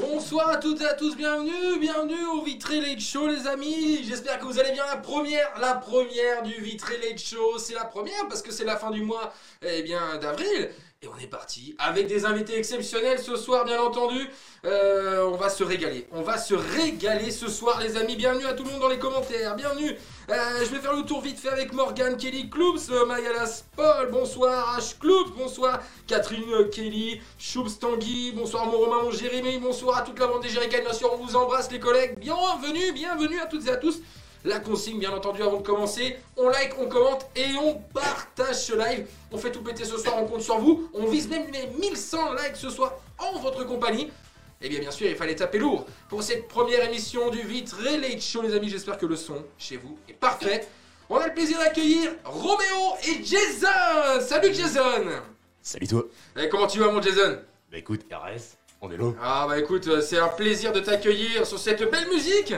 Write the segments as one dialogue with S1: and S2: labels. S1: Bonsoir à toutes et à tous, bienvenue, bienvenue au Vitré Late Show les amis. J'espère que vous allez bien. La première, la première du Vitré Late Show, c'est la première parce que c'est la fin du mois, eh bien d'avril. Et on est parti avec des invités exceptionnels ce soir, bien entendu. Euh, on va se régaler. On va se régaler ce soir, les amis. Bienvenue à tout le monde dans les commentaires. Bienvenue. Euh, je vais faire le tour vite fait avec Morgan, Kelly, Kloops, euh, Magalas, Paul. Bonsoir, H. Kloops. Bonsoir, Catherine, euh, Kelly, Choups, Tanguy. Bonsoir, mon Romain, mon Jérémy. Bonsoir à toute la bande des Jerrycans. Bien sûr, on vous embrasse, les collègues. Bienvenue, bienvenue à toutes et à tous. La consigne, bien entendu, avant de commencer, on like, on commente et on partage ce live. On fait tout péter ce soir, on compte sur vous. On vise même les 1100 likes ce soir en votre compagnie. Et Eh bien, bien sûr, il fallait taper lourd pour cette première émission du Vite Relate Show, les amis. J'espère que le son chez vous est parfait. On a le plaisir d'accueillir Roméo et Jason. Salut Jason.
S2: Salut toi
S1: Eh, comment tu vas, mon Jason
S2: Bah écoute, RS, on est là.
S1: Ah, bah écoute, euh, c'est un plaisir de t'accueillir sur cette belle musique.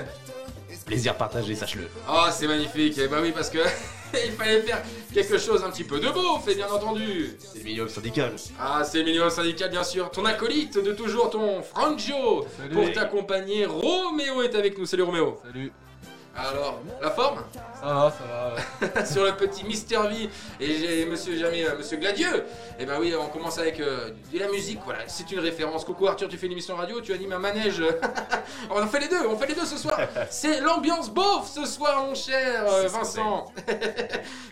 S2: Plaisir partagé, sache-le.
S1: Ah, c'est magnifique. Et bah oui, parce que il fallait faire quelque chose un petit peu de beau, fait bien entendu.
S2: C'est le minimum syndical.
S1: Ah, c'est Minimum Syndical, bien sûr. Ton acolyte de toujours, ton Franjo,
S3: Salut.
S1: pour t'accompagner. Roméo est avec nous. Salut Roméo.
S3: Salut.
S1: Alors, la forme
S3: Ça va, ça va. ouais.
S1: sur le petit Mister V et j'ai Monsieur Jamais, euh, Monsieur Gladieux. Et ben oui, on commence avec euh, de la musique. Voilà, c'est une référence. Coucou Arthur, tu fais une émission radio, tu animes un manège. on en fait les deux, on fait les deux ce soir. C'est l'ambiance beauf ce soir, mon cher euh,
S2: C'est ce qu'on
S1: Vincent.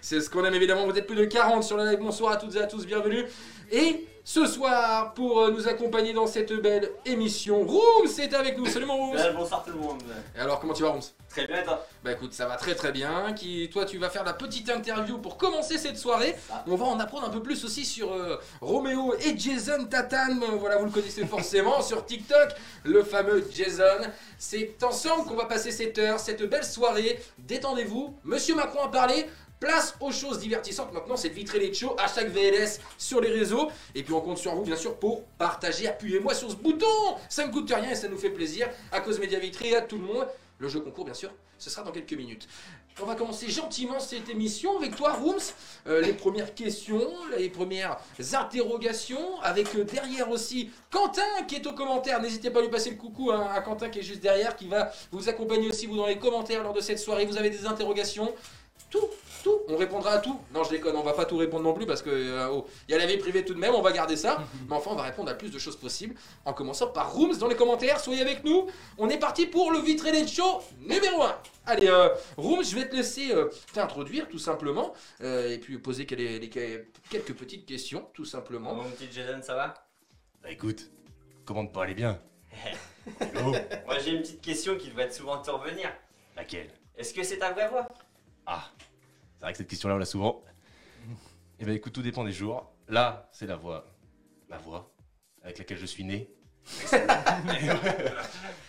S1: c'est ce qu'on aime évidemment. Vous êtes plus de 40 sur la live. Bonsoir à toutes et à tous, bienvenue. Et ce soir, pour euh, nous accompagner dans cette belle émission, Rooms est avec nous. Salut mon Rooms.
S4: Ouais, bonsoir tout le monde.
S1: Et alors, comment tu vas, Rooms
S4: Très bien, toi.
S1: bah écoute, ça va très très bien. Qui, toi, tu vas faire la petite interview pour commencer cette soirée.
S4: Ah.
S1: On va en apprendre un peu plus aussi sur euh, Roméo et Jason Tatum. Voilà, vous le connaissez forcément sur TikTok, le fameux Jason. C'est ensemble qu'on va passer cette heure, cette belle soirée. Détendez-vous. Monsieur Macron a parlé. Place aux choses divertissantes maintenant, c'est de vitrer les shows, hashtag VLS sur les réseaux. Et puis on compte sur vous bien sûr pour partager, appuyez-moi sur ce bouton Ça ne coûte rien et ça nous fait plaisir à cause Média Vitré, à tout le monde. Le jeu concours bien sûr, ce sera dans quelques minutes. On va commencer gentiment cette émission avec toi Rooms. Euh, les premières questions, les premières interrogations, avec euh, derrière aussi Quentin qui est au commentaire. N'hésitez pas à lui passer le coucou hein, à Quentin qui est juste derrière, qui va vous accompagner aussi vous dans les commentaires lors de cette soirée. Vous avez des interrogations, tout, tout, on répondra à tout. Non, je déconne, on va pas tout répondre non plus parce que euh, oh, il y a la vie privée tout de même, on va garder ça. Mais enfin, on va répondre à plus de choses possibles en commençant par Rooms dans les commentaires. Soyez avec nous. On est parti pour le Vitré Late Show numéro 1. Allez, euh, Rooms, je vais te laisser euh, t'introduire tout simplement euh, et puis poser quel- les- quel- quelques petites questions tout simplement.
S4: Mon petit Jason, ça va
S2: Bah écoute, comment ne pas aller bien Hello
S4: Moi j'ai une petite question qui doit être souvent te revenir.
S2: Laquelle
S4: Est-ce que c'est ta vraie voix
S2: Ah, c'est vrai que cette question-là, on l'a souvent. Et bah écoute, tout dépend des jours. Là, c'est la voix. Ma voix, avec laquelle je suis né.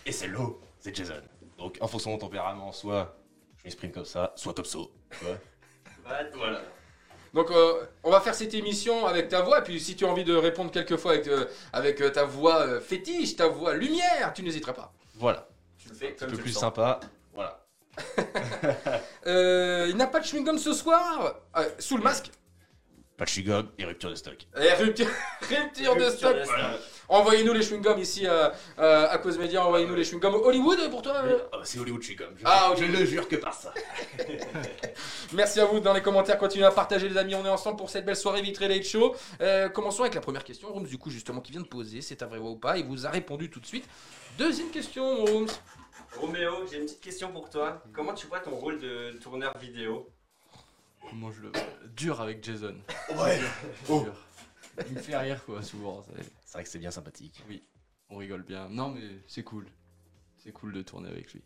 S2: Et c'est l'eau, c'est Jason. Donc en fonction de mon tempérament, soit je m'exprime comme ça, soit comme ça. Ouais.
S4: Voilà.
S2: Voilà.
S1: Donc euh, on va faire cette émission avec ta voix, et puis si tu as envie de répondre quelquefois avec, euh, avec euh, ta voix euh, fétiche, ta voix lumière, tu n'hésiteras pas.
S2: Voilà.
S4: Tu le fais
S2: Un
S4: comme
S2: peu
S4: tu
S2: plus
S4: le sens.
S2: sympa. Voilà.
S1: Euh, il n'a pas de chewing-gum ce soir Euh, Sous le masque
S2: Pas de chewing-gum et rupture de stock.
S1: Eh, rupture, rupture de
S4: Rupture
S1: stock
S4: de
S2: Voilà.
S1: Envoyez-nous les chewing-gums ici euh, euh, à Cause Média, envoyez-nous les chewing-gums Hollywood pour toi euh.
S2: Ah bah c'est Hollywood chewing-gum. Je,
S1: Ah,
S2: je ne jure que par ça.
S1: Merci à vous dans les commentaires, continuez à partager les amis, on est ensemble pour cette belle soirée Vitré Late Show. Euh, commençons avec la première question, Rooms du coup justement qui vient de poser, c'est ta vraie voix ou pas, il vous a répondu tout de suite. Deuxième question mon Rooms
S4: Roméo, j'ai une petite question pour toi.
S2: Mm.
S4: Comment tu vois ton rôle de tourneur vidéo
S3: Comment je le Dur avec Jason.
S2: Ouais. Oh.
S3: Dur. Il me fait rire quoi souvent. c'est-
S2: C'est vrai que c'est bien sympathique.
S3: On rigole bien. Non mais c'est cool. C'est cool de tourner avec lui.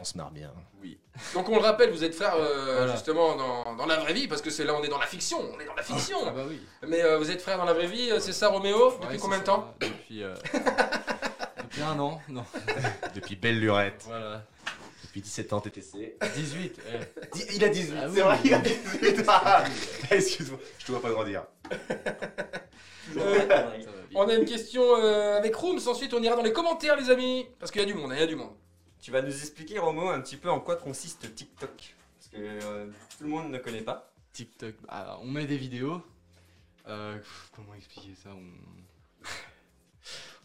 S2: On se marre bien.
S3: Oui.
S1: Donc on le rappelle, vous êtes frères euh,
S3: Voilà.
S1: justement dans, dans la vraie vie, parce que c'est là on est dans la fiction, on est dans la fiction.
S3: Ah bah oui.
S1: Mais euh, vous êtes frères dans la vraie vie, euh, c'est ça Roméo Depuis
S3: Ouais,
S1: combien
S3: c'est
S1: de temps
S3: ça, Depuis. euh, Depuis un an. Non.
S2: Depuis belle lurette.
S3: Voilà.
S2: Depuis 17 ans TTC.
S3: 18. eh.
S2: Il a 18.
S3: Ah oui.
S2: c'est vrai, il a 18. Ah, Excuse-moi, je te vois pas grandir.
S1: Euh,
S3: Ça va vite.
S1: On a une question euh, avec Rooms, ensuite on ira dans les commentaires les amis, parce qu'il y a du monde, hein, il y a du monde.
S4: Tu vas nous expliquer, Romo, un petit peu en quoi consiste TikTok. Parce que euh, tout le monde ne connaît pas.
S3: TikTok. Ah, on met des vidéos. Euh, pff, comment expliquer ça on...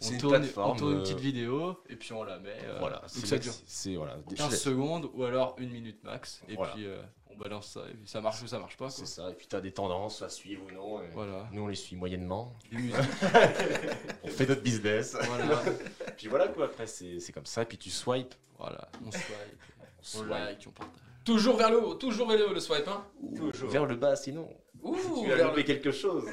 S2: C'est
S3: on
S2: une
S3: tourne, on
S2: plateforme,
S3: tourne une
S2: euh,
S3: petite vidéo et puis on la met. euh,
S2: Voilà,
S3: donc
S2: c'est
S3: ça
S2: maxi-
S3: dure
S2: C'est voilà,
S3: 15 secondes ou alors une minute max. Et
S2: Voilà.
S3: puis euh, on balance ça. Et puis ça marche ou ça marche pas. Quoi.
S2: c'est ça. Et puis t'as des tendances à suivre ou non. et
S3: Voilà.
S2: Nous on les suit moyennement.
S3: Les musiques,
S2: On fait notre business.
S3: voilà.
S2: puis voilà quoi. Après c'est c'est comme ça. Puis tu swipes.
S3: Voilà. On swipe,
S2: On
S3: on
S2: swipe.
S3: like, on partage.
S1: Toujours vers le haut, toujours vers le haut, le swipe. Hein.
S2: Ou
S4: Toujours.
S2: Vers le bas sinon.
S1: Ouh,
S2: tu as
S1: vers le-
S2: loupé quelque chose.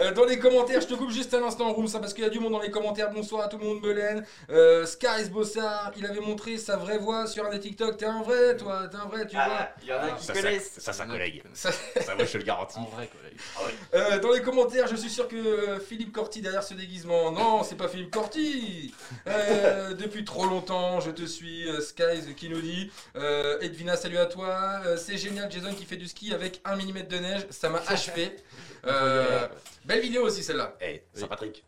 S1: Euh, dans les commentaires, je te coupe juste un instant, Room, ça, parce qu'il y a du monde dans les commentaires. Bonsoir à tout le monde, Belen. Euh, Scarys Bossard, il avait montré sa vraie voix sur un des TikTok. T'es un vrai, toi, t'es un vrai, tu vois.
S4: Ah, il y en a
S3: Ah,
S4: qui
S2: ça, ça,
S4: connaissent.
S2: ça, ça, collègue.
S1: Ça-
S2: Ça, moi, je te le garantis.
S3: En vrai, collègue.
S1: Euh, dans les commentaires, je suis sûr que euh, Philippe Corti derrière ce déguisement. Non, c'est pas Philippe Corti. Euh, depuis trop longtemps, je te suis. euh, Skies qui nous dit. Euh, Edwina, salut à toi. Euh, c'est génial, Jason qui fait du ski avec un millimètre de neige. Ça m'a achevé. Euh, belle vidéo aussi celle-là.
S2: Eh, Saint-Patrick.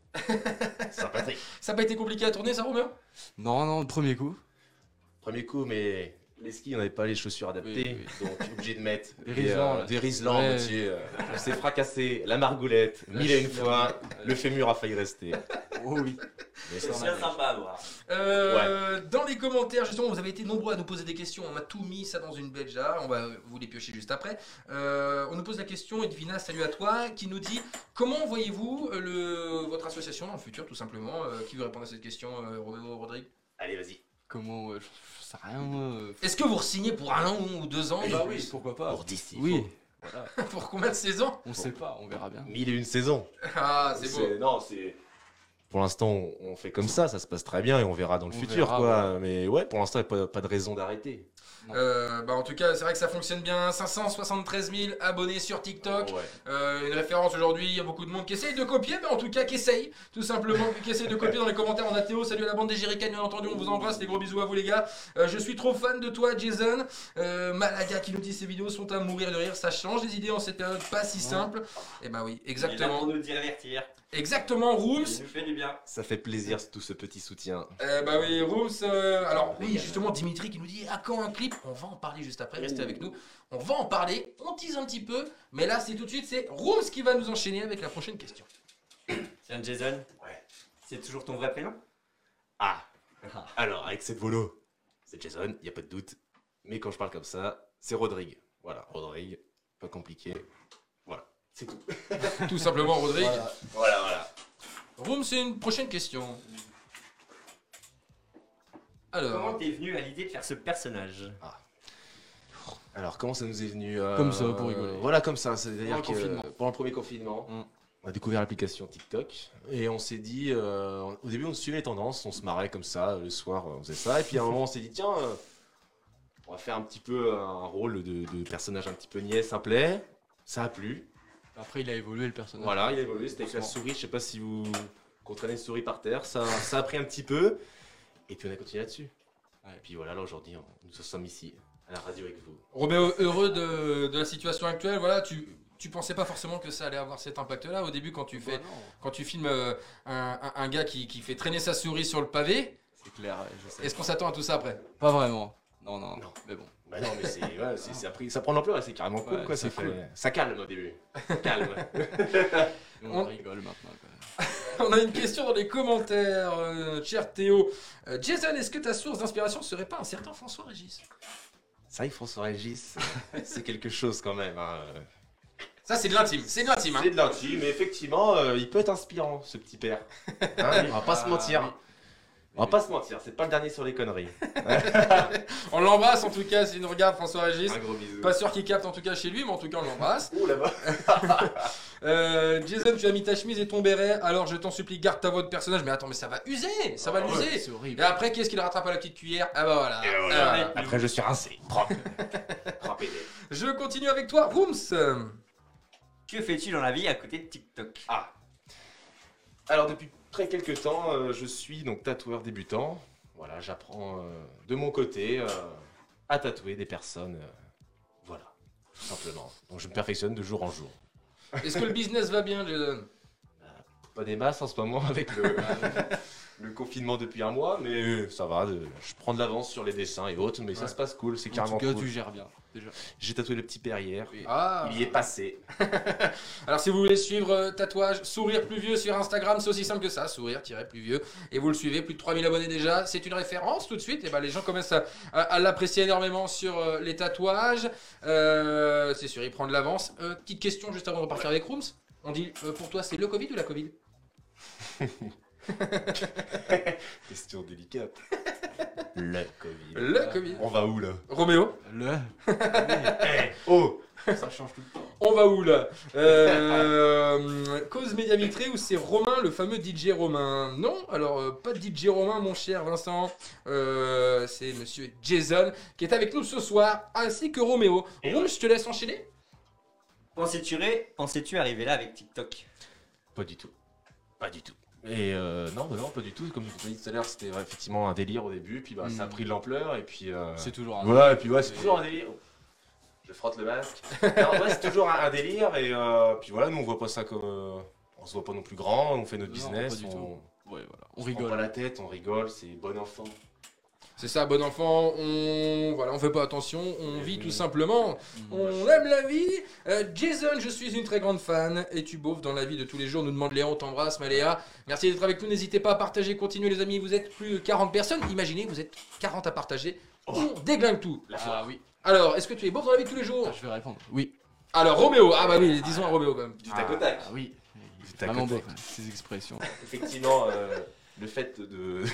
S2: Saint-Patrick.
S1: Ça n'a pas été compliqué à tourner, ça, Romain
S3: Non, non, le premier coup.
S2: Premier coup, mais les skis, on n'avait pas les chaussures adaptées.
S3: Oui,
S2: Donc, obligé de mettre
S3: Des Rizlans, là.
S2: des Rizlans,
S3: Ouais.
S2: mon Dieu. Euh, On s'est fracassé. La margoulette,
S3: La
S2: mille et une
S3: cheville.
S2: fois. Le fémur a failli rester.
S3: Oh oui.
S2: Mais
S4: C'est
S2: ça,
S4: bien sympa à voir.
S1: Euh, Dans les commentaires, justement, vous avez été nombreux à nous poser des questions. On a tout mis ça dans une belle jarre. On va euh, vous les piocher juste après. Euh, on nous pose la question, Edvina, salut à toi, qui nous dit Comment voyez-vous euh, le- votre association dans le futur, tout simplement Euh, Qui veut répondre à cette question, euh, Roméo Rodrigue
S2: Allez, vas-y.
S3: Comment euh, je- je sais rien, moi. euh,
S1: Est-ce que vous re-signez pour un an ou deux ans
S3: bah oui, pourquoi pas.
S2: Pour d'ici.
S3: Oui,
S1: Pour combien de saisons
S3: on sait pas, on verra bien.
S2: Mille et une saisons.
S1: Ah, c'est beau.
S2: Non, c'est. Pour l'instant, on on fait comme ça, ça se passe très bien et on verra dans le
S3: On
S2: futur,
S3: verra,
S2: quoi. Mais ouais, pour l'instant, il n'y a pas, pas de raison d'arrêter.
S1: Euh, bah, en tout cas, c'est vrai que ça fonctionne bien. 573 000 abonnés sur TikTok.
S2: Ouais.
S1: Euh, une référence aujourd'hui, il y a beaucoup de monde qui essaye de copier, mais en tout cas qui essaye, tout simplement, qui essaye de copier dans les commentaires. On a Théo, salut à la bande des jerrycans, bien entendu, on vous embrasse, des gros bisous à vous les gars. Euh, je suis trop fan de toi, Jason. Euh, Malaga qui nous dit ces vidéos sont à mourir de rire, ça change les idées en cette période pas si simple. Et bah oui,
S4: Il est là pour
S1: exactement,
S4: nous divertir.
S1: exactement, Rooms.
S4: Il nous fait du bien.
S2: Ça fait plaisir tout ce petit soutien.
S1: Euh, bah oui, Rooms. euh, alors oui, justement, Dimitri qui nous dit à quand un clip On va en parler juste après, restez avec nous. On va en parler, on tease un petit peu, mais là c'est tout de suite, c'est Rooms qui va nous enchaîner avec la prochaine question.
S4: Tiens, Jason.
S2: Ouais.
S4: C'est toujours ton vrai prénom
S2: Ah Alors, avec cette volo, c'est Jason, il n'y a pas de doute. Mais quand je parle comme ça, c'est Rodrigue. Voilà, Rodrigue, pas compliqué. Voilà, c'est tout.
S1: Tout simplement, Rodrigue.
S2: Voilà, voilà.
S1: Room, c'est une prochaine question.
S4: Comment
S1: Alors,
S4: t'es venu à l'idée de faire ce personnage
S2: Alors, comment ça nous est venu euh,
S3: Comme ça, pour rigoler.
S2: Voilà, comme ça. C'est-à-dire
S3: Pendant
S2: que
S3: le confinement.
S2: pendant le premier confinement,
S3: Mm.
S2: on a découvert l'application TikTok et on s'est dit, euh, au début, on suivait les tendances, on se marrait comme ça, le soir, on faisait ça. Et puis à un moment, on s'est dit, tiens, euh, on va faire un petit peu un rôle de, de personnage un petit peu niais, simplet. Ça a plu.
S3: Après, il a évolué le personnage.
S2: Voilà, il a évolué, c'était avec la souris, je sais pas si vous contraînez une souris par terre, ça, ça a pris un petit peu, et puis on a continué là-dessus.
S3: Ouais.
S2: Et puis voilà, là aujourd'hui, on- nous sommes ici, à la radio avec vous.
S1: Roméo, heureux de, de la situation actuelle, voilà, tu, tu pensais pas forcément que ça allait avoir cet impact-là. Au début, quand tu, fais,
S3: Bah non,
S1: quand tu filmes euh, un, un- un gars qui, qui fait traîner sa souris sur le pavé,
S3: C'est clair, ouais, je sais.
S1: est-ce qu'on s'attend à tout ça après
S3: Pas vraiment. Non, non,
S2: Non.
S3: non. Mais bon.
S2: Bah non, mais c'est, ouais, c'est- ça, a pris- ça prend de l'ampleur et c'est carrément cool,
S3: Ouais,
S2: quoi, ça,
S3: c'est cool.
S2: fait- ça calme au début, calme.
S3: On,
S1: On-
S3: rigole maintenant. Quand même.
S1: On a une question dans les commentaires, euh, cher Théo. Euh, Jason, est-ce que ta source d'inspiration serait pas un certain François Régis
S2: C'est vrai que François Régis, c'est quelque chose quand même. hein.
S1: Ça, c'est de l'intime, c'est de l'intime. hein.
S2: C'est de l'intime, mais effectivement, euh, il peut être inspirant, ce petit père. Hein, on va pas se
S3: Ah,
S2: mentir.
S3: oui.
S2: On va pas se mentir, c'est pas le dernier sur les conneries.
S1: On l'embrasse en tout cas, s'il nous regarde, François Régis.
S2: Un gros bisou.
S1: Pas sûr qu'il capte en tout cas chez lui, mais en tout cas, on l'embrasse.
S2: Ouh, là-bas.
S1: Euh, Jason, tu as mis ta chemise et ton béret, alors je t'en supplie, garde ta voix de personnage. Mais attends, mais ça va user, ça va
S2: Ah ouais,
S1: l'user.
S3: C'est
S1: Et
S3: horrible.
S1: après, qu'est-ce qu'il rattrape à la petite cuillère Ah bah voilà.
S2: Et
S1: Ah
S2: voilà.
S1: voilà.
S2: Après, je suis rincé. Propre. Propre et net.
S1: Je continue avec toi, Rooms.
S4: Que fais-tu dans la vie à côté de TikTok
S2: Ah. Alors, depuis très quelques temps, euh, je suis donc tatoueur débutant. Voilà, j'apprends euh, de mon côté euh, à tatouer des personnes. euh, voilà, tout simplement. Donc, je me perfectionne de jour en jour.
S1: Est-ce que le business va bien, Jason
S2: Pas des masses en ce moment avec le, le confinement depuis un mois, mais ça va, de- je prends de l'avance sur les dessins et autres, mais ça
S1: Ouais.
S2: se passe cool, c'est
S3: En tout
S2: carrément
S3: cas,
S2: cool.
S3: tu gères bien. Déjà.
S2: J'ai tatoué le petit père hier.
S1: Ah.
S2: Il y est passé.
S1: Alors si vous voulez suivre euh, Tatouage Sourire Pluvieux sur Instagram, c'est aussi simple que ça, sourire-pluvieux, et vous le suivez, plus de 3000 abonnés déjà, c'est une référence tout de suite, et ben les gens commencent à, à- à l'apprécier énormément sur euh, les tatouages, Euh, c'est sûr, il prend de l'avance. Euh, petite question juste avant de repartir avec Rooms, on dit, euh, pour toi c'est le Covid ou la Covid
S2: Question délicate. le Covid.
S1: Le Covid.
S2: On va où là
S1: Roméo
S3: Le.
S2: Oh
S3: Ça change tout le temps.
S1: On va où là Euh, Cause Médiamitrée où c'est Romain, le fameux DJ Romain Non, alors euh, pas de DJ Romain mon cher Vincent, Euh, c'est monsieur Jason qui est avec nous ce soir, ainsi que Roméo.
S4: Et
S1: Rouge, je te laisse enchaîner
S4: Pensais-tu ré- pensais-tu arriver là avec TikTok
S2: Pas du tout. Pas du tout. Et euh, non, bah non, pas du tout. Comme je vous l'ai dit tout à l'heure, c'était ouais, effectivement un délire au début, puis bah, ça a
S3: Mm.
S2: pris de l'ampleur, et puis. euh,
S3: C'est toujours un.
S2: Voilà, et puis ouais, c'est
S3: Et-
S2: toujours un délire. Je frotte le masque. Non, ouais, c'est toujours un, un délire, et euh, puis voilà, nous on voit pas ça comme. euh, on se voit pas non plus grand, on fait notre
S3: Non,
S2: business,
S3: pas du
S2: on,
S3: tout.
S2: on
S3: Ouais, voilà. On
S2: se prend pas
S3: rigole.
S2: la tête, on rigole, c'est bon enfant.
S1: C'est ça, bon enfant, on voilà, on fait pas attention, on
S2: Et
S1: vit
S2: oui.
S1: tout simplement,
S3: Hmm.
S1: on aime la vie. Euh, Jason, je suis une très grande fan et tu bouffes dans la vie de tous les jours, nous demande Léa, on t'embrasse Maléa. Merci d'être avec nous, n'hésitez pas à partager, continuez les amis, vous êtes plus de 40 personnes, imaginez, vous êtes 40 à partager, on déglingue tout.
S3: Ah oui.
S1: Alors, est-ce que tu es beau dans la vie de tous les jours
S3: Ah, je vais répondre. Oui.
S1: Alors, Roméo, ah bah oui, disons à Roméo quand même.
S2: Du
S4: tac au tac.
S3: Ah oui. Il est
S2: T'as
S3: Vraiment beau.
S2: compris.
S3: hein, Ces expressions.
S2: Effectivement, euh, le fait de, de-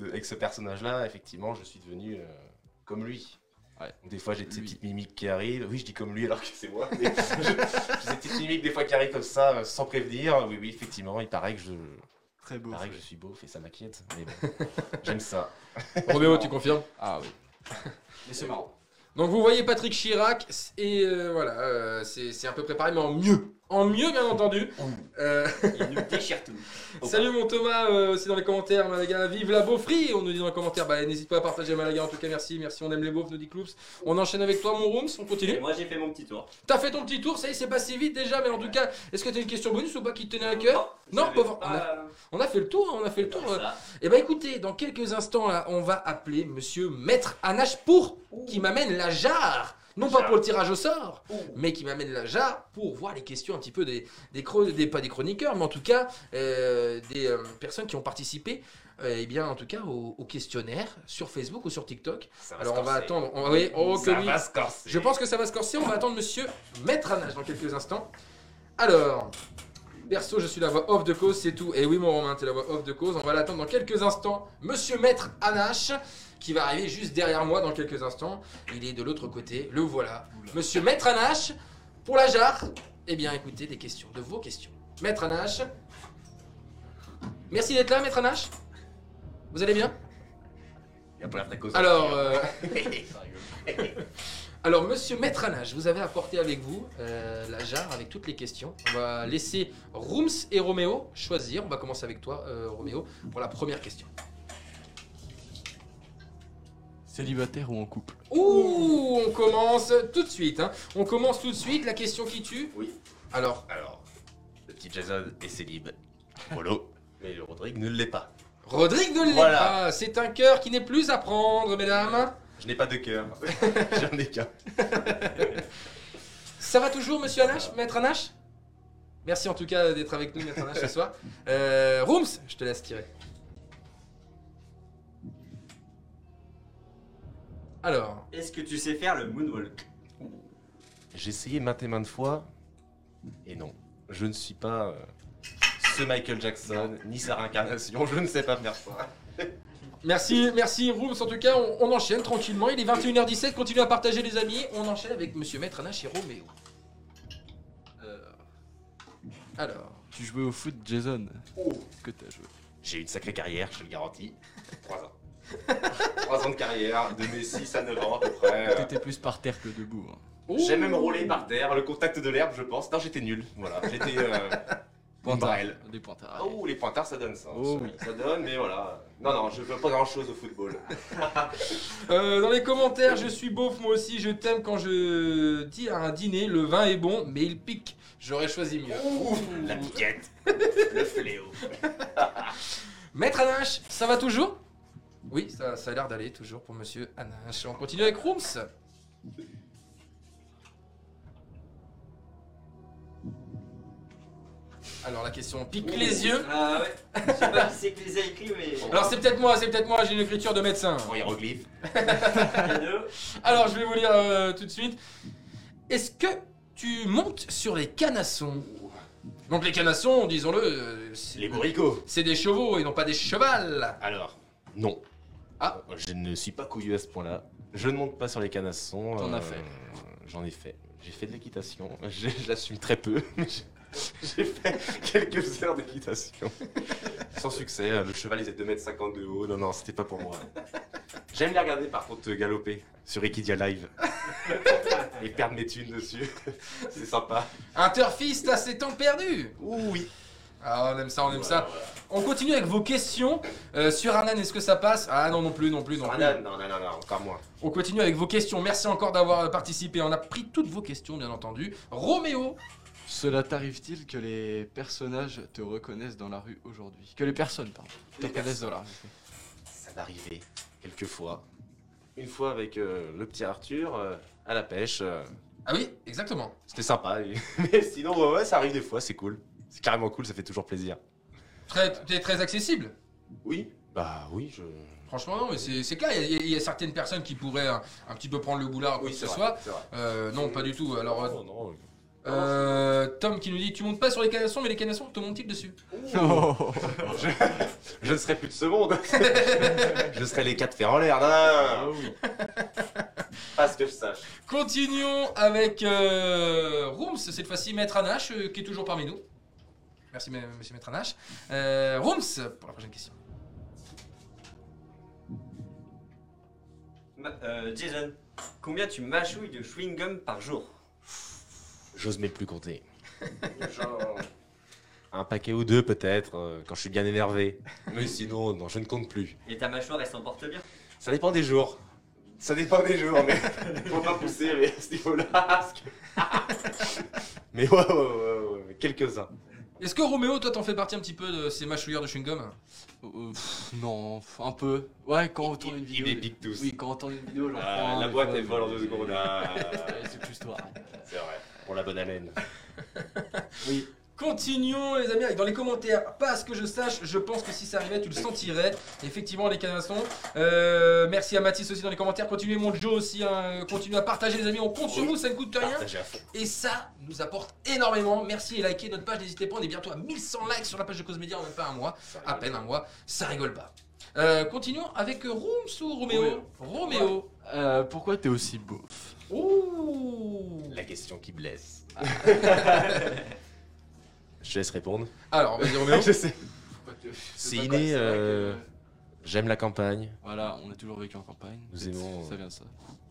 S2: de- avec ce personnage-là, effectivement, je suis devenu euh, comme lui.
S3: Ouais.
S2: Des fois, j'ai ces
S3: Lui.
S2: petites mimiques qui arrivent. Oui, je dis comme lui alors que c'est moi. mais j'ai ces petites mimiques des fois qui arrivent comme ça, euh, sans prévenir. Oui, oui, effectivement, il paraît que je,
S3: Très
S2: il
S3: beau.
S2: paraît que je suis beau, et ça m'inquiète. Mais bon, j'aime ça.
S1: Roméo, tu confirmes
S3: Ah oui. Mais c'est marrant.
S1: Donc vous voyez Patrick Chirac, et euh, voilà, euh, c'est c'est un peu préparé, mais en mieux. En mieux, bien entendu. Euh,
S4: Il nous déchire tout.
S1: salut mon Thomas, euh, c'est dans les commentaires, Malaga, vive la beaufrie On nous dit dans les commentaires, bah n'hésite pas à partager Malaga, en tout cas merci, merci, on aime les beaufs, nous dit Cloups. On enchaîne avec toi mon Rooms, on
S4: Et
S1: continue.
S4: moi j'ai fait mon petit tour.
S1: T'as fait ton petit tour, ça y est, c'est passé vite déjà, mais en tout cas, est-ce que t'as une question bonus ou pas qui te tenait à cœur Non,
S4: j'avais
S1: pauvre-
S4: pas-
S1: On a fait le tour, hein, on a fait le
S4: pas
S1: tour. euh,
S4: ça.
S1: Eh ben écoutez, dans quelques instants là, on va appeler monsieur Maître Anache pour qui m'amène la jarre. Non pas
S4: Jarre.
S1: pour le tirage au sort,
S4: Ouh.
S1: mais qui m'amène la jarre pour voir les questions un petit peu des, des, chro- des- pas des chroniqueurs, mais en tout cas euh, des euh, personnes qui ont participé euh, eh bien en tout cas au, au questionnaire sur Facebook ou sur TikTok.
S2: Ça va
S1: Alors
S2: se
S1: on va
S2: corser.
S1: attendre. on- oui, oh, que
S2: ça
S1: oui.
S2: va se corser.
S1: Je pense que ça va se corser. On va attendre monsieur Maître Anache dans quelques instants. Alors, perso, je suis la voix off de cause, c'est tout. Et oui, mon Romain, t'es la voix off de cause. On va l'attendre dans quelques instants. Monsieur Maître Anache, qui va arriver juste derrière moi dans quelques instants. Il est de l'autre côté. Le voilà. Monsieur Maître Anache, pour la jarre, eh bien écoutez des questions, de vos questions. Maître Anache. Merci d'être là, Maître Anache. Vous allez bien
S2: Il y a pas la fréquence.
S1: Alors. euh,
S3: Ça rigole.
S1: Alors, monsieur Maître Anage, vous avez apporté avec vous euh, la jarre avec toutes les questions. On va laisser Rooms et Roméo choisir. On va commencer avec toi, euh, Roméo, pour la première question.
S3: Célibataire ou en couple
S1: Ouh, on commence tout de suite. hein. On commence tout de suite. La question qui tue
S2: Oui.
S1: Alors,
S2: Alors, le petit Jason est célib. Polo. Mais le Rodrigue ne l'est pas.
S1: Rodrigue ne l'est
S2: Voilà.
S1: pas. C'est un cœur qui n'est plus à prendre, mesdames.
S2: Je n'ai pas de cœur. J'en ai qu'un.
S1: Ça va toujours, monsieur Anache Maître Anache Merci en tout cas d'être avec nous, Maître Anache, ce soir. Euh, Rooms, je te laisse tirer. Alors,
S4: Est-ce que tu sais faire le moonwalk
S2: J'ai essayé maintes et maintes fois, et non, je ne suis pas euh, ce Michael Jackson, ni sa réincarnation, je ne sais pas faire ça.
S1: merci, merci Rooms, en tout cas, on, on enchaîne tranquillement. Il est 21h17, continuez à partager les amis. On enchaîne avec monsieur Maître Anache et Roméo.
S3: Euh,
S1: Alors,
S3: Tu jouais au foot, Jason
S2: Oh.
S3: Est-ce que t'as joué
S2: J'ai eu une sacrée carrière, je te le garantis. 3 ans. 3 ans de carrière, de mes 6 à 9 ans à peu près. euh.
S3: T'étais plus par terre que debout. hein.
S2: J'ai même roulé par terre, le contact de l'herbe, je pense. Non, j'étais nul. Voilà, j'étais. euh, Barrel.
S3: Des pointards.
S2: Ah, ouh, les pointards, ça donne ça.
S3: Oh
S2: ça,
S3: oui.
S2: ça donne, mais voilà. Non, non, je veux pas grand chose au football.
S1: Euh, dans les commentaires, je suis beauf, moi aussi, je t'aime quand je dis à un dîner, le vin est bon, mais il pique. J'aurais choisi mieux.
S2: Ouh, la piquette, le fléau.
S1: Maître Aninch, ça va toujours Oui, ça, ça a l'air d'aller toujours pour Monsieur Aninch. On continue avec Rooms. Alors la question pique les yeux.
S4: Ah ouais. Je sais pas qui c'est qui les a écrits, mais.
S1: Alors c'est peut-être moi, c'est peut-être moi, j'ai une écriture de médecin.
S2: En hiéroglyphe.
S4: Cadeau.
S1: Alors je vais vous lire euh, tout de suite. Est-ce que tu montes sur les canassons Donc les canassons, disons-le, euh, c'est-
S2: Les bourricots.
S1: c'est des chevaux et non pas des chevals.
S2: Alors, non.
S1: Ah.
S2: Euh, Je ne suis pas couillu à ce point-là. Je ne monte pas sur les canassons.
S3: T'en
S2: euh,
S3: as fait.
S2: J'en ai fait. J'ai fait de l'équitation. Je, je l'assume très peu, mais j'ai- j'ai fait quelques heures d'équitation. Sans succès. euh, Le cheval, il faisait 2m50 de haut. Non, non, c'était pas pour moi. J'aime les regarder, par contre, euh, galoper sur Equidia Live. Et perdre mes thunes dessus. C'est sympa.
S1: Interfist à ses temps perdus
S2: Ouh, oui.
S1: Ah, on aime ça, on aime ça. On continue avec vos questions. Euh, sur Anan, est-ce que ça passe Ah non, non plus, non plus, non
S2: Non,
S1: plus.
S2: non, non, non, non, encore moins.
S1: On continue avec vos questions. Merci encore d'avoir participé. On a pris toutes vos questions, bien entendu. Roméo
S3: Cela t'arrive-t-il que les personnages te reconnaissent dans la rue aujourd'hui Que les personnes, pardon, te reconnaissent dans la rue.
S2: Ça m'est arrivé quelques fois. Une fois avec euh, le petit Arthur euh, à la pêche. euh,
S1: Ah oui, exactement.
S2: C'était sympa. et- Mais sinon, ouais, ouais, ça arrive des fois, c'est cool. C'est carrément cool, ça fait toujours plaisir.
S1: Très, t'es très accessible.
S2: Oui Bah oui, je.
S1: Franchement, non, mais c'est c'est clair. Il y, a- il y a certaines personnes qui pourraient un, un petit peu prendre le boulard
S2: Ah
S1: ou quoi que ce soit. Euh, non, pas du tout. Alors, euh,
S2: Non, Oh, non,
S1: euh, Tom qui nous dit Tu montes pas sur les canassons, mais les canassons te montent-ils dessus
S2: Oh. Je ne serai plus de ce monde. je serai les quatre fers en l'air, là. Pas ce que je sache.
S1: Continuons avec euh, Rooms, cette fois-ci Maître Anache, euh, qui est toujours parmi nous. Merci, ma- monsieur Maître Anache. Euh, Rooms, pour la prochaine question.
S4: Ma- euh, Jason, combien tu mâchouilles de chewing-gum par jour
S2: J'ose même plus compter.
S4: Genre.
S2: Un paquet ou deux, peut-être, euh, quand je suis bien énervé. Mais sinon, non, je ne compte plus.
S4: Et ta mâchoire, elle s'emporte bien
S2: Ça dépend des jours. Ça dépend des jours, mais faut pas pousser mais à ce niveau-là. parce que- mais ouais, ouais, ouais, ouais, quelques-uns.
S1: Est-ce que Roméo, toi, t'en fais partie un petit peu de ces mâchouilleurs de chewing-gum
S3: Euh, pff, non, pff, un peu. Ouais, quand on tourne une
S2: il
S3: vidéo.
S2: les pique tous.
S3: Oui, quand on tourne une vidéo, j'en prends
S2: Ah,
S3: un,
S2: la
S3: des
S2: boîte,
S3: fois,
S2: elle vole en
S3: mais-
S2: deux secondes. Ah,
S3: Ouais, C'est plus toi.
S2: c'est vrai. Pour la bonne haleine.
S3: Oui.
S1: Continuons, les amis, avec dans les commentaires. Pas à ce que je sache, je pense que si ça arrivait, tu le sentirais. Effectivement, les canassons. Euh, merci à Mathis aussi dans les commentaires. Continuez, mon Joe aussi. hein. Continuez à partager, les amis. On compte sur vous, ça ne coûte rien.
S2: Partagez à fond.
S1: Et ça nous apporte énormément. Merci et likez notre page, n'hésitez pas, on est bientôt à 1100 likes sur la page de Cause Média en même pas un mois,
S2: Ça
S1: à peine un mois, ça rigole pas. Euh, continuons avec Rooms ou Roméo Roméo
S3: Euh, pourquoi t'es aussi beauf
S1: Ouh
S2: La question qui blesse. je te laisse répondre.
S1: Alors, vas-y Roméo.
S2: je sais.
S3: Bah, C'est
S2: C'est inné. euh, J'aime la campagne,
S3: Voilà, on a toujours vécu en campagne.
S2: Nous
S3: C'est-
S2: aimons,
S3: Ça
S2: euh,
S3: vient de ça.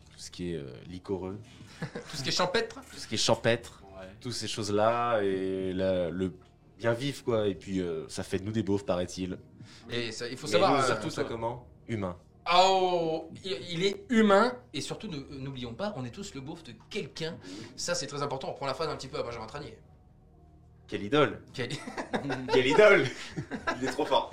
S2: tout ce qui est euh, liquoreux,
S1: Tout ce qui est champêtre
S2: tout ce qui est champêtre.
S3: Ouais.
S2: toutes ces choses-là et la- le bien vif quoi. Et puis euh, ça fait de nous des beaufs, paraît-il.
S1: Et ça, il faut
S2: Mais
S1: savoir.
S2: nous,
S1: euh,
S2: surtout ça comment Humain.
S1: Oh, il il est humain et surtout ne- euh, n'oublions pas, on est tous le beauf de quelqu'un. Ça c'est très important, on prend la phrase un petit peu à Benjamin Tranier.
S2: Quelle idole
S1: Quel-
S2: Quelle idole Il est trop fort.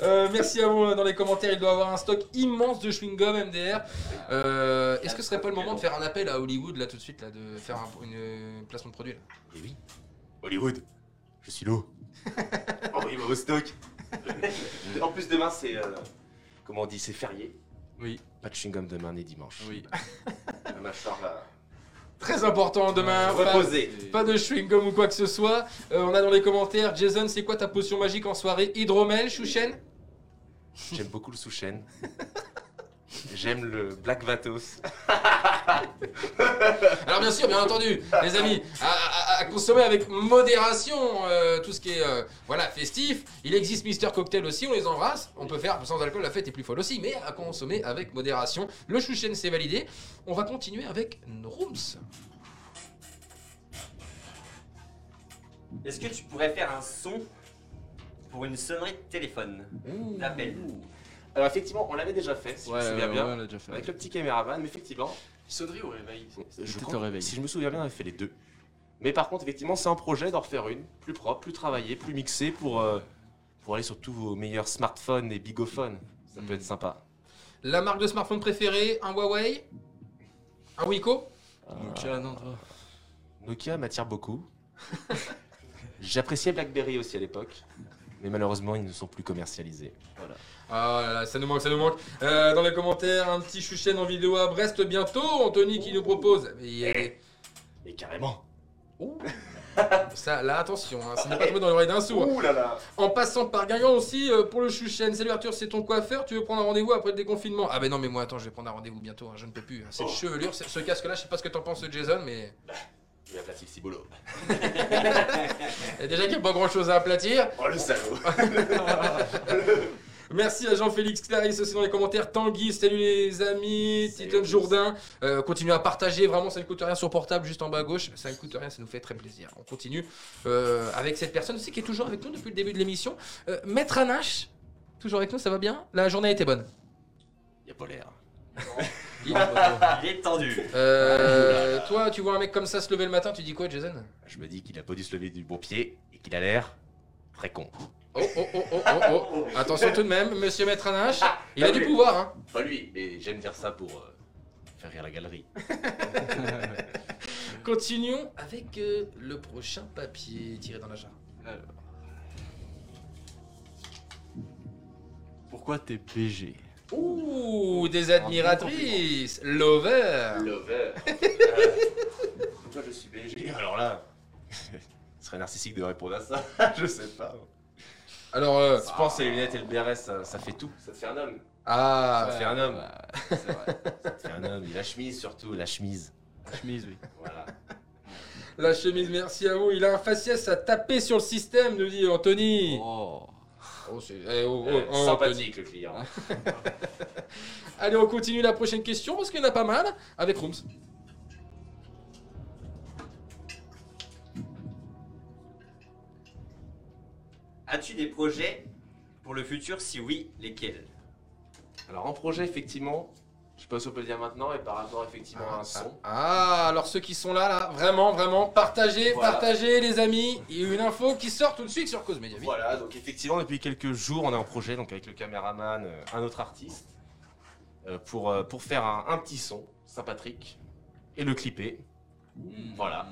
S1: Euh, merci à vous euh, dans les commentaires. Il doit avoir un stock immense de chewing-gum MDR. Euh, Est-ce que ce serait pas le moment de faire un appel à Hollywood là tout de suite là, de faire un, une euh, placement de produit là
S2: Et oui. Hollywood, je suis l'eau. Envoyez-moi Oh, au stock. en plus demain c'est euh, comment on dit c'est férié.
S3: Oui,
S2: Pas de chewing-gum demain ni dimanche.
S3: oui.
S2: Ma mâchoire va
S1: Très important demain. Pas,
S2: reposer.
S1: pas de chewing-gum ou quoi que ce soit. Euh, on a dans les commentaires. Jason, c'est quoi ta potion magique en soirée Hydromel, chouchen
S2: J'aime beaucoup le sous-chêne. J'aime le Black Vatos.
S1: Alors bien sûr, bien entendu, les amis, à, à- à consommer avec modération euh, tout ce qui est euh, voilà festif. Il existe Mister Cocktail aussi, on les embrasse. On peut faire sans alcool, la fête est plus folle aussi, mais à consommer avec modération. Le chouchen c'est validé. On va continuer avec Rooms.
S4: Est-ce que tu pourrais faire un son pour une sonnerie de téléphone D'appel.
S2: Mmh. Alors effectivement, on l'avait déjà fait, si
S3: Ouais,
S2: je me
S3: ouais,
S2: souviens bien.
S3: ouais, on l'a déjà fait.
S2: Avec le petit caméraman, mais effectivement,
S3: Sonnerie au réveil
S2: je
S3: Peut-être
S2: crois-
S3: au réveil.
S2: si je me souviens bien, on avait fait les deux. Mais par contre, effectivement, c'est un projet d'en refaire une, plus propre, plus travaillée, plus mixée pour, euh, pour aller sur tous vos meilleurs smartphones et bigophones. Ça
S3: Hmm.
S2: peut être sympa.
S1: La marque de smartphone préférée, un Huawei Un Wiko
S3: Ah. Nokia, non,
S2: hein.
S3: toi.
S2: Nokia m'attire beaucoup. J'appréciais BlackBerry aussi à l'époque, mais malheureusement ils ne sont plus commercialisés. Voilà.
S1: Ah là là, ça nous manque, ça nous manque. Euh, dans les commentaires, un petit chouchen en vidéo à Brest bientôt. Anthony qui nous propose. Eh, Il y a-
S2: Mais carrément.
S1: Ça, là, attention, hein, ça n'est pas tombé dans l'oreille d'un sourd. En passant par Guingamp aussi, euh, pour le chouchen. Salut Arthur, c'est ton coiffeur, tu veux prendre un rendez-vous après le déconfinement Ah ben non, mais moi, attends, je vais prendre un rendez-vous bientôt, hein, je ne peux plus. hein. Cette
S2: Oh.
S1: chevelure, ce, ce casque-là, je sais pas ce que t'en penses Jason, mais...
S2: Il y a Plastic Cibolo.
S1: Et Déjà qu'il n'y a pas grand-chose à aplatir.
S2: Oh le salaud.
S1: Merci à Jean-Félix Clarisse aussi dans les commentaires. Tanguy, salut les amis.
S4: Salut
S1: Titan
S4: à tous.
S1: Jourdain, euh, continuez à partager. Vraiment, ça ne coûte rien sur portable, juste en bas à gauche. Ça ne coûte rien, ça nous fait très plaisir. On continue euh, avec cette personne aussi qui est toujours avec nous depuis le début de l'émission. Euh, Maître Anache, toujours avec nous, ça va bien La journée a été bonne.
S2: Il y a pas l'air.
S1: Il-
S2: Bah.
S4: Il est tendu.
S1: Euh, toi, tu vois un mec comme ça se lever le matin, tu dis quoi, Jason
S2: Je me dis qu'il a pas dû se lever du bon pied et qu'il a l'air très con.
S1: Oh, oh, oh, oh, oh, oh. Attention tout de même, monsieur Maître Anache, il a du
S2: salut.
S1: pouvoir. Hein.
S2: Pas lui, mais j'aime dire ça pour euh, faire rire la galerie.
S1: Continuons avec euh, le prochain papier tiré dans la jarre.
S3: Alors. Pourquoi t'es BG
S1: Ouh, des admiratrices, lover.
S2: Lover. Pourquoi Euh, je suis BG Alors là, ce serait narcissique de répondre à ça. je sais pas.
S1: Alors, euh,
S2: Je pense que les lunettes et le BRS, ça, ça fait tout. Ah. Ça te fait un homme.
S1: ah,
S2: Ça te fait un homme.
S3: Ah,
S2: C'est vrai. Ça te fait un homme. Et la chemise surtout, la chemise.
S3: la chemise, oui.
S2: Voilà.
S1: la chemise, merci à vous. Il a un faciès à taper sur le système, nous dit Anthony.
S3: Oh.
S1: Oh, c'est- eh, oh, oh,
S2: Euh,
S1: oh, Anthony.
S2: sympathique le client.
S1: Allez, on continue la prochaine question parce qu'il y en a pas mal avec Rooms.
S4: As-tu des projets pour le futur Si oui, lesquels
S2: Alors en projet, effectivement, je sais pas si on peut le dire maintenant, et par rapport effectivement à un son.
S1: Ah, alors ceux qui sont là, là, vraiment, vraiment, partagez,
S2: Voilà.
S1: partagez, les amis. Il y a eu une info qui sort tout de suite sur Cause Media. Oui.
S2: Voilà, donc effectivement, depuis quelques jours, on est en projet donc avec le caméraman, euh, un autre artiste, euh, pour, euh, pour faire un, un petit son, Saint-Patrick, et le clipper. Mm, Voilà.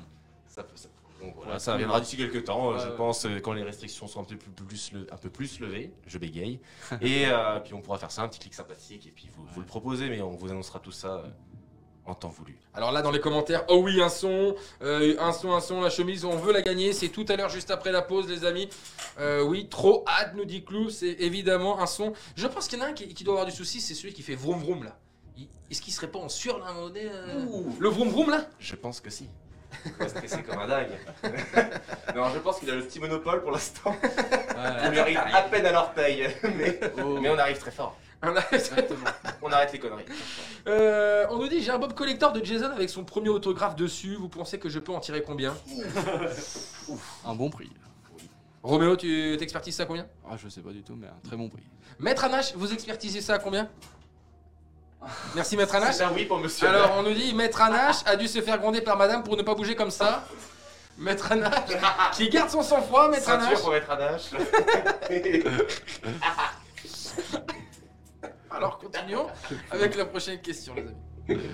S2: Ça, peut- ça- donc voilà, ça viendra d'ici quelques temps, euh,
S3: Ouais,
S2: je
S3: ouais.
S2: pense, euh, quand les restrictions seront un peu plus, plus le- un peu plus levées, je bégaye. et euh, puis on pourra faire ça, un petit clic sympathique, et puis vous, vous le proposez, mais on vous annoncera tout ça euh, en temps voulu.
S1: Alors là, dans les commentaires, oh oui, un son, euh, un son, un son, la chemise, on veut la gagner. C'est tout à l'heure, juste après la pause, les amis. Euh, oui, trop hâte, nous dit Clou. C'est évidemment un son. Je pense qu'il y en a un qui, qui doit avoir du souci, c'est celui qui fait vroom vroom là. Il- Est-ce qu'il serait pas en sur là, à un moment donné, euh, Le vroom vroom là
S2: Je pense que si. Il va stresser comme un dingue. non, je pense qu'il a le petit monopole pour l'instant.
S3: Ouais.
S4: Bah,
S2: On lui arrive à peine à l'orteil, mais,
S3: Oh.
S2: mais on arrive très fort.
S1: Hein, là,
S3: Exactement.
S2: On arrête les conneries.
S1: euh, On nous dit j'ai un Bob Collector de Jason avec son premier autographe dessus. Vous pensez que je peux en tirer combien
S3: Un bon prix.
S1: Roméo, tu t'expertises ça à combien
S3: Ah, je sais pas du tout, mais un très bon prix.
S1: Maître Anache, vous expertisez ça à combien Merci Maître Anache.
S2: C'est un oui pour monsieur.
S1: Alors on nous dit Maître Anache a dû se faire gronder par madame pour ne pas bouger comme ça. Maître Anache qui garde son sang-froid, Maître
S2: ceinture
S1: Anache.
S2: pour mettre Anache.
S1: Alors continuons avec la prochaine question, les amis.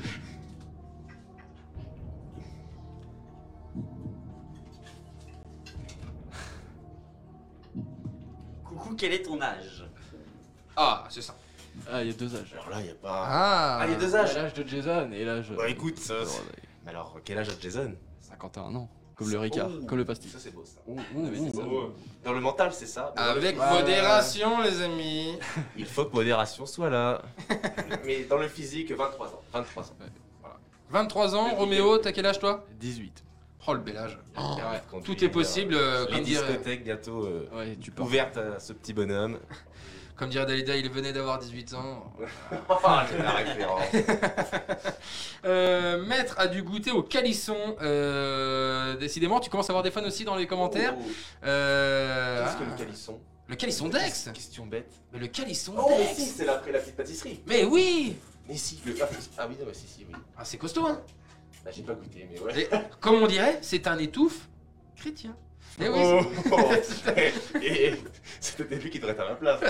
S4: Coucou, quel est ton âge
S1: Ah, c'est ça.
S3: Ah, il y a deux âges.
S2: Alors là, il n'y a pas.
S1: Ah,
S2: Ah, il y a deux
S3: Il y a
S2: âges.
S3: L'âge de Jason et l'âge.
S2: Bah écoute, ça,
S3: euh,
S2: c'est- Mais alors, quel âge a Jason
S3: 51 ans. Comme le Ricard,
S2: Oh.
S3: comme le pastis. Ah,
S2: Ça, c'est beau ça.
S3: mais c'est Ah, ça.
S2: oh. Dans le mental, c'est ça. mais dans le-
S1: Ah, Avec
S3: Ouais.
S1: modération, les amis.
S2: Il faut que modération soit là. Mais dans le physique, 23 ans. 23 ans.
S1: 23 ans, Roméo, t'as quel âge toi
S3: 18.
S1: Oh le bel âge.
S2: Ouais, quand
S1: Tout
S2: tu-
S1: est possible, euh,
S2: Les
S1: comme, dirait,
S2: discothèques bientôt euh,
S3: Ouais, tu peux.
S2: ouvertes à ce petit bonhomme.
S1: comme dirait Dalida, il venait d'avoir 18 ans.
S2: Oh, la référence.
S1: Euh, Maître a dû goûter au calisson. Euh, décidément, tu commences à avoir des fans aussi dans les commentaires.
S2: Oh,
S1: Euh,
S2: Qu'est-ce que le calisson
S1: le calisson d'Aix
S2: Question bête.
S1: Mais le calisson
S2: Oh, mais
S1: d'Aix
S2: si, c'est après la petite pâtisserie.
S1: Mais oui
S2: Mais si, le. Ah, Ah oui, non, mais si, si, oui.
S1: Ah, c'est costaud, hein
S2: Bah, j'ai pas goûté, mais ouais.
S1: Et Comme on dirait, c'est un étouffe chrétien. Eh oui,
S2: Oh, Et et- c'était lui qui devrait être à ma place.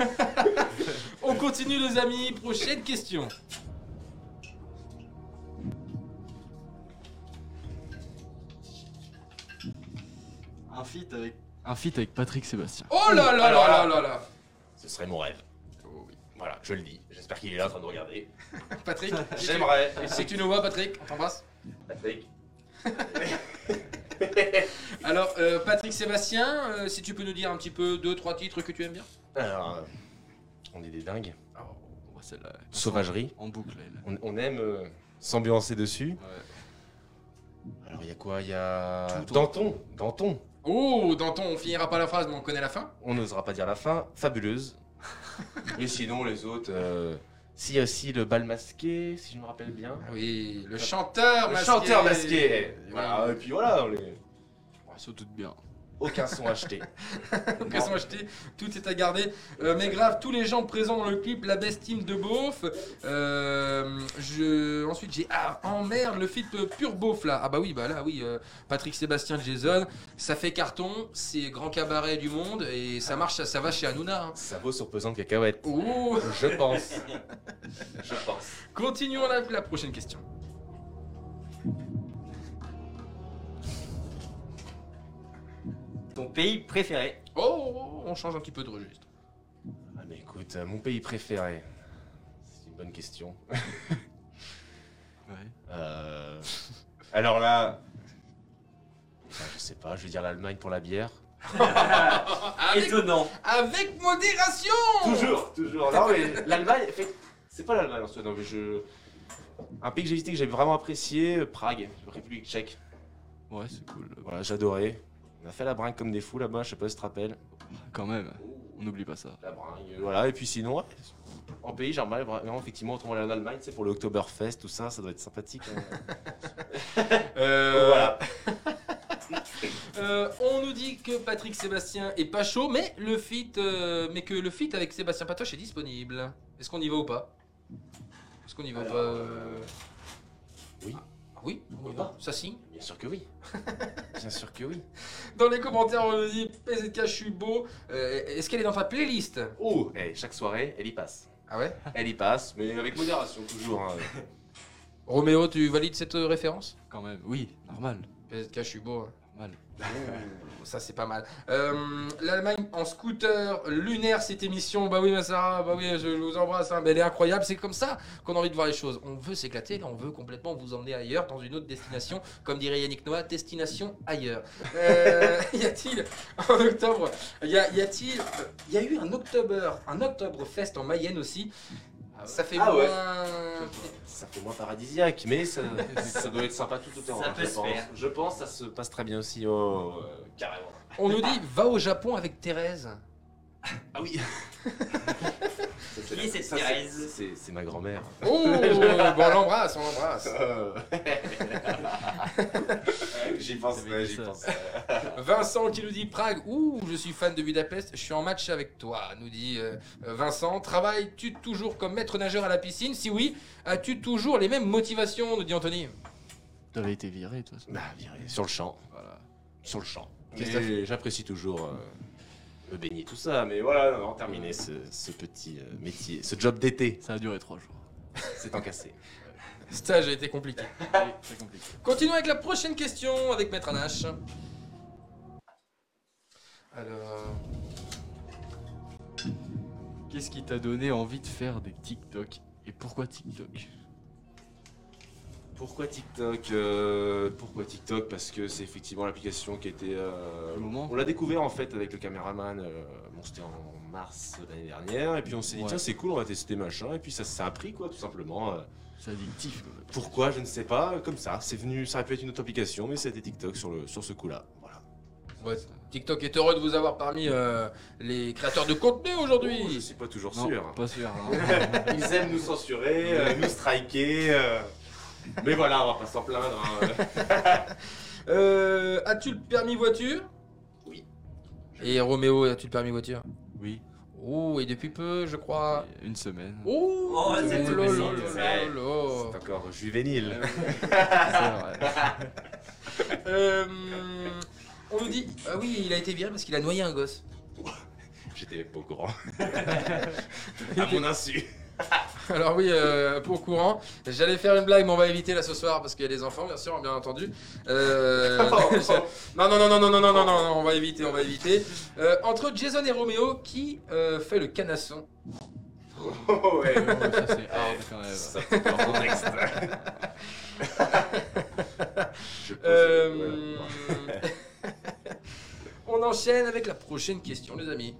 S2: hein.
S1: On continue les amis, prochaine question.
S3: Un feat avec. Un feat avec Patrick Sébastien.
S1: Oh là là
S2: Alors
S1: là
S2: là.
S1: là là là
S2: Ce serait mon rêve.
S1: Oh,
S2: Voilà, je le dis. J'espère qu'il est là en train de regarder.
S1: Patrick, si tu-
S2: J'aimerais.
S1: Si tu nous vois Patrick, on t'embrasse.
S2: Patrick.
S1: Alors euh, Patrick Sébastien, euh, si tu peux nous dire un petit peu deux, trois titres que tu aimes bien.
S2: Alors, euh, on est des dingues.
S3: On voit Oh, bah, celle-là.
S2: Sauvagerie.
S3: En boucle, elle.
S2: On, on aime euh, s'ambiancer dessus.
S3: Ouais.
S2: Alors, il y a quoi Il y a.
S3: Tout,
S2: Danton. Danton.
S1: Oh, Danton, on finira pas la phrase, mais on connaît la fin.
S2: On n'osera pas dire la fin. Fabuleuse. Mais sinon, les autres. euh, S'il y a aussi le bal masqué, si je me rappelle bien.
S1: Oui, le chanteur
S2: Le
S1: masqué.
S2: chanteur masqué. Voilà, et puis voilà, on les-
S3: Surtout de bien.
S2: aucun son acheté.
S1: Aucun son acheté, tout est à garder. Euh, mais grave, tous les gens présents dans le clip, la best team de beauf. Euh, je... Ensuite, j'ai. Ah, en merde, le feat euh, pur beauf là. Ah bah oui, bah là, oui. euh, Patrick Sébastien Jason, ça fait carton, c'est grand cabaret du monde et ça marche, ça, ça va chez Hanouna. hein.
S2: Ça vaut sur pesant de cacahuètes.
S1: Ouh.
S2: Je pense.
S4: Je pense.
S1: Continuons la, la prochaine question.
S4: Ton pays préféré
S1: Oh, oh, oh, on change un petit peu de registre.
S2: Ah, mais écoute, euh, mon pays préféré. C'est une bonne question.
S3: Ouais.
S2: Euh, Alors là. Ah, Je sais pas, je vais dire l'Allemagne pour la bière. Ah,
S1: Avec,
S4: Étonnant.
S1: avec modération
S2: Toujours, toujours. Non, mais l'Allemagne, en fait, c'est pas l'Allemagne en soi. Non, mais je. Un pays que j'ai visité que j'ai vraiment apprécié, euh, Prague, République tchèque.
S3: Ouais, c'est cool.
S2: Voilà, j'adorais. On a fait la bringue comme des fous là-bas, je sais pas si tu te rappelles.
S3: Quand même, on n'oublie pas ça.
S2: la bringue, voilà, et puis sinon, ouais, en pays, j'aimerais vraiment, effectivement, autrement aller en Allemagne, c'est pour le Oktoberfest, tout ça, ça doit être sympathique. hein.
S1: Euh,
S2: voilà.
S1: Euh, on nous dit que Patrick Sébastien est pas chaud, mais le feat, euh, mais que le feat avec Sébastien Patoche est disponible. Est-ce qu'on y va ou pas Est-ce qu'on y va ou
S2: Alors,
S1: pas
S2: euh, oui.
S1: Ah oui, on y va. Ça signe.
S2: Bien sûr que oui. Bien sûr que oui.
S1: Dans les commentaires, on nous dit PZK, je suis beau. Euh, Est-ce qu'elle est dans ta playlist
S2: Oh, eh, chaque soirée, elle y passe.
S1: Ah ouais
S2: Elle y passe, mais avec modération, toujours. hein.
S1: Roméo, tu valides cette euh, référence
S3: Quand même, oui, normal.
S1: PZK, je suis beau. hein.
S3: Normal.
S1: Ça, c'est pas mal. Euh, L'Allemagne en scooter, lunaire cette émission. Bah oui, ma Sarah, bah oui, je vous embrasse. hein. Mais elle est incroyable. C'est comme ça qu'on a envie de voir les choses. On veut s'éclater, là, on veut complètement vous emmener ailleurs, dans une autre destination. Comme dirait Yannick Noah, destination ailleurs. Euh, y a-t-il en octobre Y a- y a-t-il Il y a eu un octobre, un octobre fest en Mayenne aussi. Ça fait
S2: Ah ouais.
S1: moins-
S2: Ça fait moins paradisiaque, mais ça, ça doit être sympa tout autant.
S4: Ça
S2: hein,
S4: peut
S2: je
S4: se
S2: pense.
S4: faire.
S2: Je pense que ça se passe très bien aussi. Oh, euh, carrément.
S1: On nous dit va au Japon avec Thérèse.
S2: Ah oui. Ça,
S4: Qui
S2: la-
S4: cette
S2: ça, c'est-
S4: Thérèse
S2: c'est- C'est ma grand-mère.
S1: Oh, bon, on l'embrasse, on l'embrasse.
S2: j'y
S3: penserai, j'y penserai.
S1: Vincent qui nous dit Prague, ouh, je suis fan de Budapest, je suis en match avec toi, nous dit euh, euh, Vincent. Travailles-tu toujours comme maître nageur à la piscine Si oui, as-tu toujours les mêmes motivations nous dit Anthony.
S3: T'avais été viré, toi.
S2: Bah, viré, sur le champ.
S3: Voilà.
S2: Sur le champ.
S3: Christophe
S2: Mais J'apprécie toujours euh, me baigner, tout ça, mais voilà, on va en terminer ce, ce petit euh, métier, ce job d'été.
S3: Ça a duré trois jours.
S2: C'est encassé.
S1: Stage a été compliqué.
S3: C'est compliqué.
S1: Continuons avec la prochaine question avec Maître Anache. Alors.
S3: Qu'est-ce qui t'a donné envie de faire des TikTok et pourquoi TikTok
S2: Pourquoi TikTok euh, Pourquoi TikTok Parce que c'est effectivement l'application qui était. euh,
S3: Le moment.
S2: on l'a découvert en fait avec le caméraman. euh, bon, c'était en mars de l'année dernière, et puis on s'est dit
S3: Ouais.
S2: tiens c'est cool, on va tester machin, et puis ça, ça a pris quoi, tout simplement. euh,
S3: C'est addictif, quand même.
S2: pourquoi Je ne sais pas. euh, Comme ça, c'est venu. Ça aurait pu être une autre application, mais c'était TikTok sur le sur ce coup-là. Voilà.
S1: ouais, TikTok est heureux de vous avoir parmi euh, les créateurs de contenu
S2: Oh, je
S1: aujourd'hui.
S2: suis pas toujours
S3: Non,
S2: sûr.
S3: pas sûr. hein.
S2: Ils aiment nous censurer, euh, nous striker. euh. Mais voilà, on va pas s'en plaindre. hein.
S1: Euh, as-tu le permis voiture Oui. Et Roméo, as-tu le permis voiture
S3: oui.
S1: Oh, et depuis peu, je crois.
S3: Et Une semaine.
S1: Oh,
S4: Oh, c'est
S1: lolo,
S4: tout
S1: lolo,
S4: petit.
S1: lolo.
S3: Oh.
S2: C'est encore juvénile.
S3: C'est vrai.
S1: Euh, On nous dit. Ah oui, il a été viré parce qu'il a noyé un gosse.
S2: J'étais pas au courant. à mon insu.
S1: Alors oui, euh, pour courant, j'allais faire une blague, mais on va éviter là ce soir parce qu'il y a des enfants, bien sûr, bien entendu. Euh, non, non, non, non, non, non, non, non, non, non, on va éviter, on va éviter. Euh, entre Jason et Romeo, qui euh, fait le canasson
S4: Oh, ouais.
S3: Ouais, ça, c'est hard quand même.
S2: Ça, c'est hors contexte. Je pose-
S1: Euh,
S2: voilà.
S1: On enchaîne avec la prochaine question, les amis.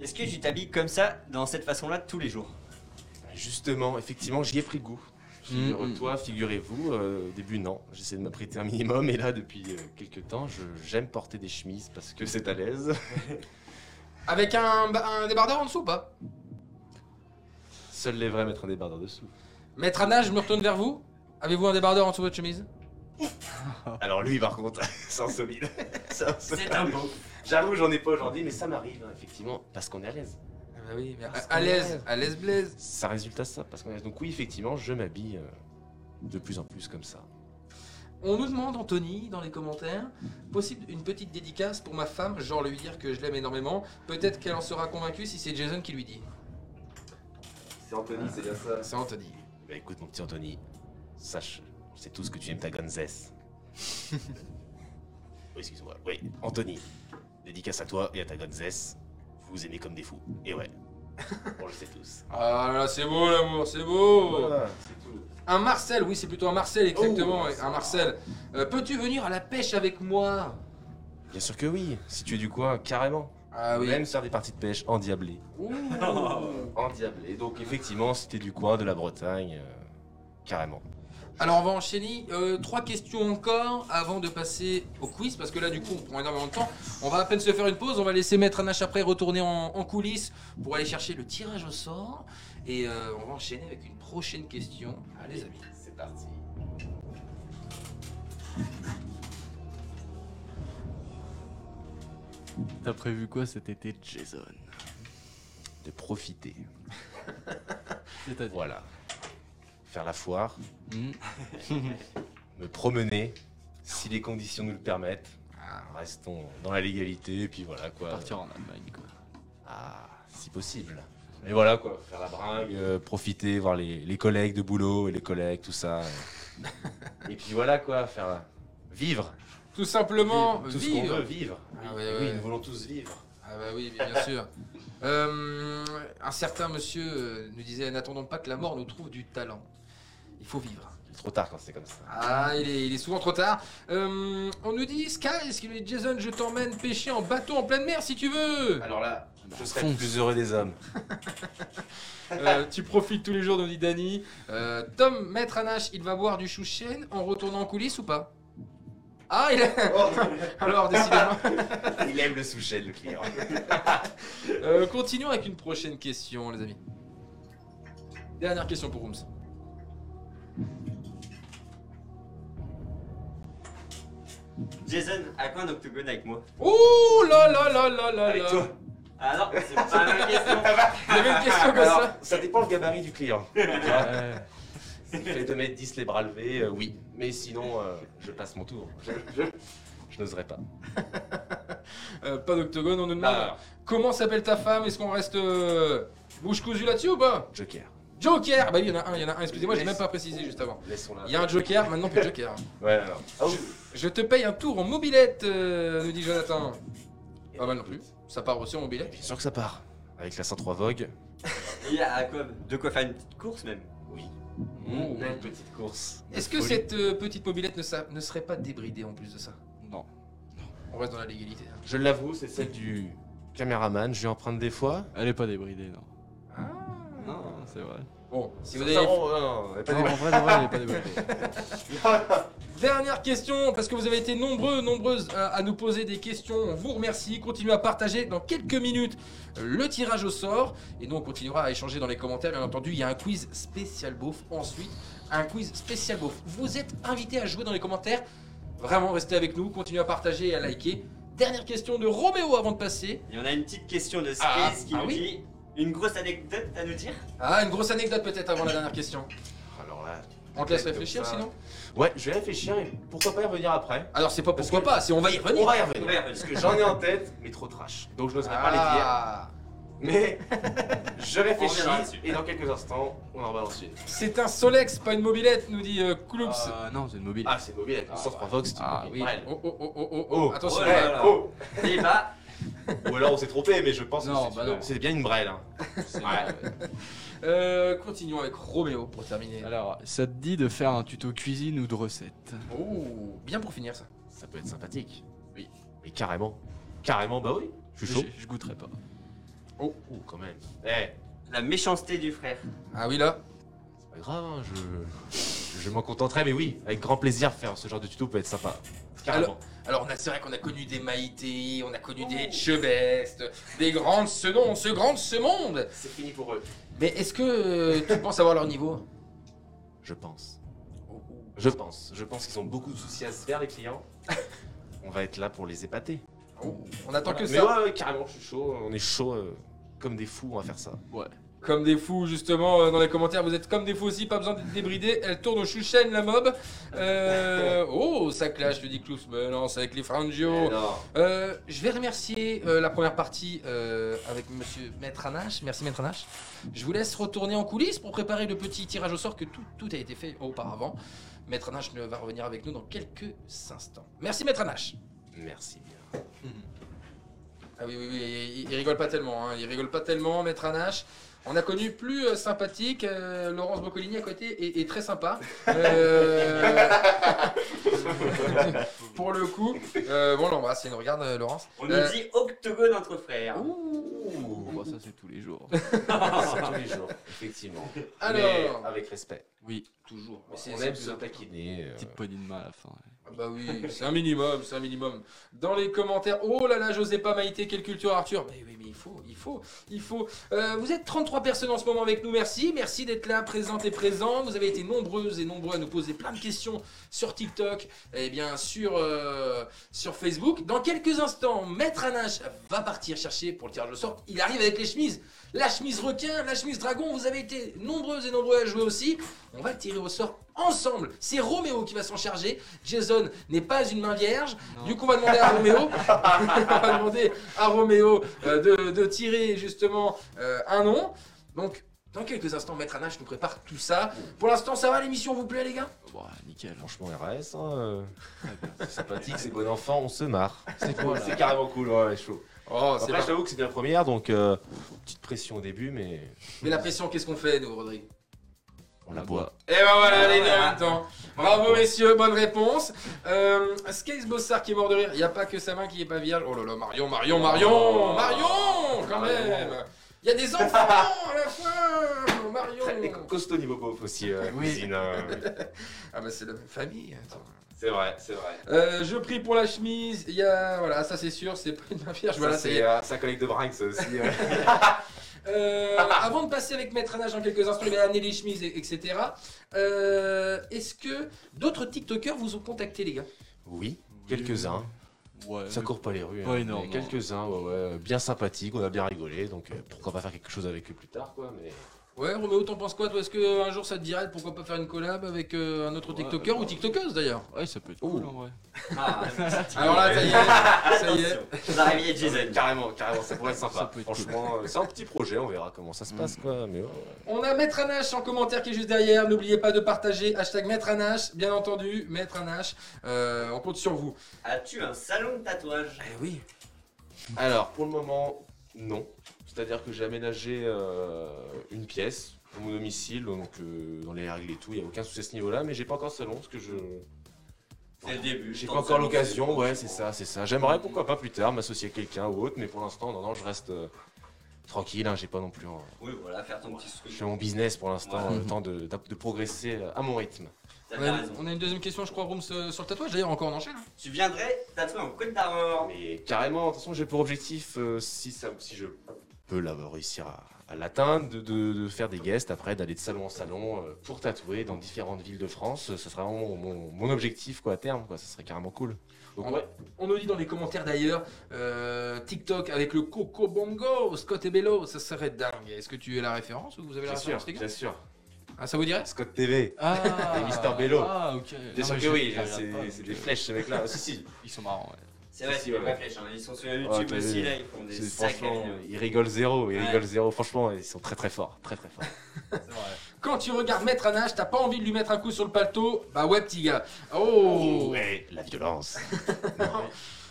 S4: Est-ce que tu t'habilles comme ça, dans cette façon-là, tous les jours
S2: Justement, effectivement, j'y ai pris goût. Figure-toi, figurez-vous, euh, au début non, j'essaie de m'apprêter un minimum et là depuis euh, quelques temps, je- j'aime porter des chemises parce que c'est à l'aise.
S1: Avec un, ba- un débardeur en dessous ou pas
S2: Seuls les vrais mettent un débardeur dessous.
S1: Maître Anna, je me retourne vers vous. Avez-vous un débardeur en dessous de votre chemise
S2: Alors lui par contre, c'est un solide. C'est un solide.
S4: C'est un beau.
S2: J'avoue, j'en ai pas aujourd'hui, mais ça m'arrive hein, effectivement parce qu'on est à l'aise.
S1: Ah bah oui, mais à,
S2: Parce
S1: à
S2: qu'on
S1: l'aise,
S2: rêve.
S1: à l'aise Blaise.
S2: Ça résulte à ça, parce qu'on est à l'aise. Donc oui, effectivement, je m'habille euh, de plus en plus comme ça.
S1: On nous demande, Anthony, dans les commentaires, possible une petite dédicace pour ma femme, genre lui dire que je l'aime énormément. Peut-être qu'elle en sera convaincue si c'est Jason qui lui dit.
S2: C'est Anthony, c'est bien ça.
S1: C'est Anthony.
S2: Bah écoute mon petit Anthony, sache, on sait tous que tu aimes ta gonzesse. oui, excuse-moi, oui, Anthony, dédicace à toi et à ta gonzesse, vous vous aimez comme des fous, et ouais, on le sait tous.
S1: Ah là là, c'est beau l'amour, c'est beau
S2: c'est tout.
S1: Un Marcel, oui, c'est plutôt un Marcel, exactement,
S2: Oh,
S1: ouais, un Marcel. Euh, Peux-tu venir à la pêche avec moi
S2: Bien sûr que oui, si tu es du coin, carrément.
S1: Ah oui.
S2: Même faire des parties de pêche endiablées.
S1: Ouh.
S2: Endiablées, donc effectivement, si t'es du coin, de la Bretagne, euh, carrément.
S1: Alors on va enchaîner. Euh, trois questions encore avant de passer au quiz, parce que là du coup on prend énormément de temps. On va à peine se faire une pause, on va laisser Maître Anache après retourner en, en coulisses pour aller chercher le tirage au sort. Et euh, on va enchaîner avec une prochaine question, les amis.
S2: c'est parti.
S3: T'as prévu quoi cet été, Jason
S2: De profiter,
S3: C'est-à-dire
S2: voilà. Faire la foire,
S3: Hmm,
S2: me promener, si les conditions nous le permettent.
S1: Ah.
S2: Restons dans la légalité, et puis voilà quoi.
S3: Partir en Allemagne, quoi.
S2: Ah, si possible. Et voilà quoi, faire la bringue, euh, profiter, voir les, les collègues de boulot et les collègues, tout ça. et puis voilà quoi, faire la- vivre.
S1: Tout simplement,
S2: tout ce qu'on
S1: vivre.
S2: veut, vivre.
S1: Ah
S2: oui,
S1: ouais,
S2: oui,
S1: ouais.
S2: nous voulons tous vivre.
S1: Ah bah oui, bien sûr. Euh, un certain monsieur euh, nous disait, n'attendons pas que la mort nous trouve du talent. Il faut vivre.
S2: Il est trop tard quand c'est comme ça.
S1: Ah, il est, il est souvent trop tard. Euh, on nous dit, Sky, est-ce qu'il est Jason, je t'emmène pêcher en bateau en pleine mer si tu veux
S2: Alors là,
S1: bah,
S2: je serais le
S3: fonce.
S2: plus heureux des hommes.
S1: Euh, Tu profites tous les jours, nous dit Danny. Euh, Tom, maître Anache, il va boire du chouchen en retournant en coulisses ou pas Ah, il a...
S2: Oh.
S1: Alors, décidément.
S2: Il aime le souchet, le client.
S1: Ah Euh, continuons avec une prochaine question, les amis. Dernière question pour Rooms.
S4: Jason, à quoi un octogone avec moi
S1: Ouh là là là là là
S2: Avec
S1: là
S2: toi.
S4: Ah non, c'est pas ma question.
S1: Il y avait une question comme
S2: Alors,
S1: bah ça
S2: ça dépend le gabarit du client. Tu vois, S'il
S3: Ouais.
S2: fait 2m10 les bras levés, euh, oui. Mais sinon, euh, je passe mon tour. Je, je- je n'oserais pas.
S1: Euh, Pas d'octogone, on nous demande comment s'appelle ta femme Est-ce qu'on reste euh, bouche cousue là-dessus ou pas
S2: Joker.
S1: Joker Bah oui, il y en a un, il y en a un, excusez-moi, j'ai même pas précisé juste avant.
S2: Laissons-la.
S1: Il y a un Ah Joker, maintenant plus de Joker.
S2: Ouais, alors.
S1: Je te paye un tour en mobilette, euh, nous dit Jonathan. Pas mal non plus, ça part aussi en mobilette.
S2: Bien sûr que ça part. Avec la 103 Vogue.
S4: Et à quoi De quoi faire une petite course même
S2: Oui.
S1: Mmh.
S2: Une petite course. de
S1: Est-ce que
S2: folie.
S1: cette euh, petite mobilette ne, sa- ne serait pas débridée en plus de ça
S3: Non.
S1: On reste dans la légalité. hein.
S2: Je l'avoue, c'est celle du caméraman. Je lui emprunte des fois.
S3: Elle est pas débridée, non.
S1: Ah.
S3: Non, c'est vrai.
S1: On Bon, si vous
S2: Ça,
S1: avez.
S2: on- non, non, on a pas
S3: Non,
S2: des-
S3: en vrai, en vrai, elle est pas développée.
S1: Dernière question, parce que vous avez été nombreux, nombreuses à, à nous poser des questions. On vous remercie. Continuez à partager dans quelques minutes euh, le tirage au sort. Et nous, on continuera à échanger dans les commentaires. Bien entendu, il y a un quiz spécial beauf ensuite. Un quiz spécial beauf. Vous êtes invités à jouer dans les commentaires. Vraiment, restez avec nous. Continuez à partager et à liker. Dernière question de Roméo avant de passer.
S4: Et on a une petite question de Space
S1: Ah,
S4: qui
S1: ah
S4: nous
S1: oui.
S4: dit une grosse anecdote à nous dire
S1: Ah, une grosse anecdote peut-être avant la dernière question.
S2: Alors là.
S1: On te laisse réfléchir
S2: Comme ça.
S1: sinon
S2: Ouais, je vais réfléchir et pourquoi pas y revenir après.
S1: Alors, c'est pas
S2: Parce
S1: pourquoi
S2: que-
S1: pas, c'est on va y
S2: On
S1: revenir.
S2: va y
S4: On
S2: revenir.
S4: va y revenir.
S2: Parce que j'en ai en tête, mais trop trash. Donc je n'oserais
S1: Ah.
S2: pas les dire. Mais je réfléchis
S4: On reviendra dessus.
S2: et dans quelques instants, on en balance une.
S1: C'est un Solex, pas une mobilette, nous dit euh, Kouloups.
S3: Euh, non, c'est une mobile.
S2: Ah, c'est mobile.
S1: Ah,
S2: 103 Vox, c'est
S3: Ah,
S2: une
S1: Oui.
S2: mobile. Ouais.
S1: Oh, oh, oh, oh, oh,
S2: Oh.
S1: Attention.
S4: Oh
S2: Ouais,
S4: là là.
S2: oh.
S4: Débat
S2: Ou alors on s'est trompé, mais je pense
S3: Non,
S2: que c'est
S3: bah
S2: une-
S3: non.
S2: c'est bien une braille. hein.
S3: C'est-
S2: Ouais.
S1: Euh, continuons avec Roméo pour terminer.
S3: Alors, ça te dit de faire un tuto cuisine ou de recette
S1: Oh, bien pour finir ça.
S2: Ça peut être sympathique. Oui. Mais carrément. Carrément, bah oui. Je suis chaud.
S3: Je- Je goûterai pas.
S2: Oh, oh, quand même. Eh,
S4: La méchanceté du frère.
S1: Ah oui là.
S2: c'est pas grave, hein, je, je m'en contenterai, mais oui, avec grand plaisir, faire ce genre de tuto peut être sympa. Carrément.
S1: Alors on a- c'est vrai qu'on a connu des Maïté, on a connu des
S4: Oh.
S1: Chebest, des grandes ce nom, ce grand de ce monde.
S2: C'est fini pour eux.
S1: Mais est-ce que euh, tu penses avoir leur niveau Oh,
S2: Je pense. Je pense. Je pense qu'ils ont beaucoup de soucis à se faire, les clients. on va être là pour les épater.
S1: Oh, On attend que
S2: Voilà.
S1: ça.
S2: Mais ouais, ouais, carrément, je suis chaud. On est chaud euh, comme des fous, on va faire ça.
S1: Comme des fous justement euh, dans les commentaires, vous êtes comme des fous aussi, pas besoin d'être débridés. Elle tourne au chouchen la mob. Euh, oh ça clash, je dis Clous me lance avec les frangio.
S4: Alors,
S1: Euh, je vais remercier euh, la première partie euh, avec monsieur Maître Anache. Merci Maître Anache. Je vous laisse retourner en coulisses pour préparer le petit tirage au sort que tout, tout a été fait auparavant. Maître Anache ne va revenir avec nous dans quelques instants. Merci Maître Anache.
S2: Merci bien.
S1: Ah oui, oui, oui, il, il rigole pas tellement. hein. Il rigole pas tellement, Maître Anache. On a connu plus euh, sympathique. euh, Laurence Boccolini à côté est, est très sympa. Euh, pour le coup, euh, bon, on l'embrasse. Il nous regarde, euh, Laurence.
S4: on nous
S1: Euh,
S4: dit octogone entre frères.
S2: Oh.
S4: Ah.
S1: Ouh.
S3: Bon, ça, c'est tous les jours.
S2: C'est tous les jours, effectivement.
S1: Alors.
S2: Mais avec respect.
S3: Oui,
S1: Toujours.
S2: on aime se taquiner. euh,
S3: petite poignée de main à la fin. ouais.
S1: Bah oui, c'est un minimum, c'est un minimum. Dans les commentaires, oh là là, j'osais pas Maïté, quelle culture Arthur. Mais oui, mais il faut, il faut, il faut. Euh, vous êtes 33 personnes en ce moment avec nous, merci, merci d'être là, présentes et présents. Vous avez été nombreuses et nombreux à nous poser plein de questions sur TikTok et bien sur, euh, sur Facebook. Dans quelques instants, Maître Anache va partir chercher pour le tirage au sort. Il arrive avec les chemises, la chemise requin, la chemise dragon. Vous avez été nombreuses et nombreux à jouer aussi. On va le tirer au sort ensemble. C'est Roméo qui va s'en charger. Jason n'est pas une main vierge.
S3: Non.
S1: Du coup, on va demander à Roméo, on va demander à Roméo euh, de, de tirer justement euh, un nom. Donc, dans quelques instants, Maître Anache nous prépare tout ça. Pour l'instant, ça va L'émission vous plaît, les gars
S3: Bon, nickel.
S2: Franchement, RS, hein, euh, c'est sympathique, c'est bon enfant, on se marre. C'est
S3: cool,
S2: c'est carrément cool, ouais, ouais, chaud.
S1: Oh,
S2: Après, je t'avoue que c'est bien la première, donc euh, petite pression au début, mais
S1: Mais la pression, qu'est-ce qu'on fait, nous, Rodrigue
S2: on la boit.
S1: Et ben voilà,
S4: Ah,
S1: les deux en
S4: voilà.
S1: même temps. Bravo, messieurs, bonne réponse. Euh, Skates Bossard qui est mort de rire. Il n'y a pas que sa main qui est pas vierge. Oh là là, Marion, Marion, Marion,
S2: Oh.
S1: Marion, quand
S2: Marion.
S1: même. Il y a des enfants à la fois,
S2: Très et
S1: Marion.
S2: costaud niveau pauvre aussi, euh,
S3: Oui.
S2: cuisine, hein.
S1: Ah bah c'est la même famille. attends.
S2: C'est vrai, c'est vrai.
S1: Euh, je prie pour la chemise. Il y a voilà, ça c'est sûr, c'est pas une main vierge. Voilà,
S2: ça,
S1: c'est.
S2: c'est euh, sa collègue de Brinks aussi. euh.
S1: Euh, avant de passer avec Maître Anage dans quelques instants, il va amener les chemises, et- etc. Euh, Est-ce que d'autres TikTokers vous ont contacté, les gars
S2: oui, quelques-uns.
S3: Euh, Ouais.
S2: Ça court pas les rues. hein.
S3: Pas énorme,
S2: mais Quelques-uns, ouais, ouais, bien sympathiques, on a bien rigolé, donc euh, pourquoi pas faire quelque chose avec eux plus tard, quoi. Mais
S1: Ouais, Roméo, t'en penses quoi toi Est-ce qu'un jour ça te dirait de pourquoi pas faire une collab avec euh, un autre
S3: Ouais,
S1: TikToker
S3: bah,
S1: ou TikTokeuse d'ailleurs
S3: Ouais, ça peut
S2: Oh.
S3: être cool en vrai.
S4: Ah,
S1: Alors là, ça y est, ça y est.
S4: attention, on a
S2: Ah,
S4: réveillé Jason.
S2: carrément, carrément, ça pourrait être
S3: Ça
S2: sympa.
S3: peut être cool. Mm.
S2: Franchement, euh, c'est un petit projet, on verra comment ça se passe, quoi. Mais ouais, ouais.
S1: On a Maître Anache en commentaire qui est juste derrière. N'oubliez pas de partager. Hashtag Maître Anache, bien entendu. Maître Anache, Euh, on compte sur vous.
S4: As-tu un salon de tatouage
S1: Eh oui.
S2: Alors, pour le moment, non. C'est-à-dire que j'ai aménagé euh, une pièce pour mon domicile, donc euh, dans les règles et tout, il n'y a aucun souci à ce niveau-là, mais j'ai pas encore de salon parce que je.
S4: C'est le début.
S2: Eh, J'ai
S4: Tant
S2: pas
S4: de
S2: encore
S4: salons,
S2: l'occasion,
S4: c'est-
S2: ouais, c'est ça, c'est ça. J'aimerais pourquoi pas plus tard m'associer à quelqu'un ou autre, mais pour l'instant, non, non, je reste. euh, Tranquille, hein, j'ai pas non plus. un-
S4: Oui, voilà, faire ton petit
S2: Je
S4: truc.
S2: fais mon business pour l'instant,
S4: Ouais.
S2: le temps de, de- de progresser euh, à mon rythme.
S4: T'as
S1: On a,
S4: bien raison.
S1: on a une deuxième question, je crois, Rooms, euh, sur le tatouage. D'ailleurs, encore on enchaîne. hein.
S4: Tu viendrais tatouer en Côte d'Armor.
S2: Mais carrément, de toute façon, j'ai pour objectif, euh, si, ça, si je peux la- réussir à, à l'atteindre, de, de- de faire des guests, après d'aller de salon en salon euh, pour tatouer dans différentes villes de France. Euh, Ce sera vraiment mon, mon- mon objectif quoi, à terme, quoi. ça serait carrément cool. Donc,
S3: Ah
S1: On-
S2: ouais.
S1: On nous dit dans les commentaires d'ailleurs, euh, TikTok avec le Coco Bongo, Scott et Bello, ça serait dingue. Est-ce que tu as la référence ou vous avez la
S2: Bien sûr,
S1: référence, les gars
S2: bien sûr.
S1: Ah, Ça vous dirait
S2: Scott TV.
S3: Ah
S2: Et Mister Bello.
S3: Ah, ok.
S2: Bien
S3: Non,
S2: sûr
S3: mais
S2: que
S3: je-
S2: oui,
S3: je regarde
S2: c'est
S3: pas,
S2: c'est
S3: donc,
S2: des
S3: euh,
S2: flèches ce mec-là. Ah, si, si,
S3: Ils sont marrants, ouais.
S4: C'est vrai,
S2: Si,
S4: c'est
S2: ouais,
S4: des
S2: ouais.
S4: vraies flèches. hein. Ils sont sur
S2: Ouais,
S4: YouTube
S2: t'as
S4: aussi,
S2: vu.
S4: là, ils font des
S2: C'est-
S4: sacrés
S2: Franchement,
S4: vidéos.
S2: ils rigolent zéro, ils
S4: Ouais.
S2: rigolent zéro. Franchement, ils sont très très forts, très très forts.
S1: Quand tu regardes Maître à nage, t'as pas envie de lui mettre un coup sur le paletot Bah ouais, petit gars. Oh
S2: ouais, la violence.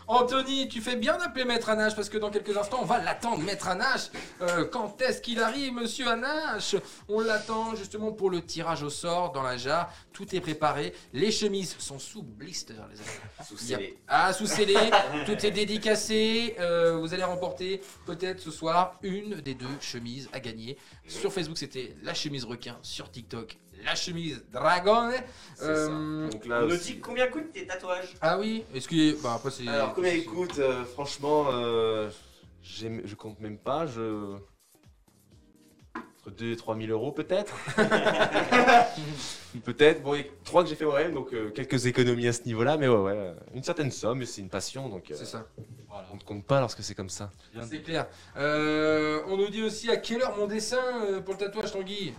S1: Anthony, tu fais bien d'appeler Maître à nage parce que dans quelques instants, on va l'attendre, Maître à nage. Euh, quand est-ce qu'il arrive, monsieur à nage On l'attend justement pour le tirage au sort dans la jarre. Tout est préparé. Les chemises sont sous blister, les amis.
S4: Sous
S1: Il y a-
S4: scellé.
S1: Ah, sous scellé, tout est dédicacé. Euh, vous allez remporter peut-être ce soir une des deux chemises à gagner. Sur Facebook, c'était la chemise requin. Sur TikTok, la chemise dragon. Euh,
S2: Donc
S4: On
S2: là,
S4: nous
S2: Ah, aussi-
S4: dit combien coûtent tes tatouages
S1: ah oui, est-ce que. Bah, après, c'est.
S2: alors combien il coûte euh, Franchement, euh, j'ai- je compte même pas. Je entre 2 et 3 000 euros peut-être. peut-être. Bon, il y a trois que j'ai fait moi-même, donc euh, quelques économies à ce niveau-là, mais ouais, ouais, euh, une certaine somme. et C'est une passion, donc euh,
S1: C'est ça,
S3: Voilà.
S2: on ne compte pas lorsque c'est comme ça.
S1: c'est clair. Euh, on nous dit aussi à quelle heure mon dessin euh, pour le tatouage, Tanguy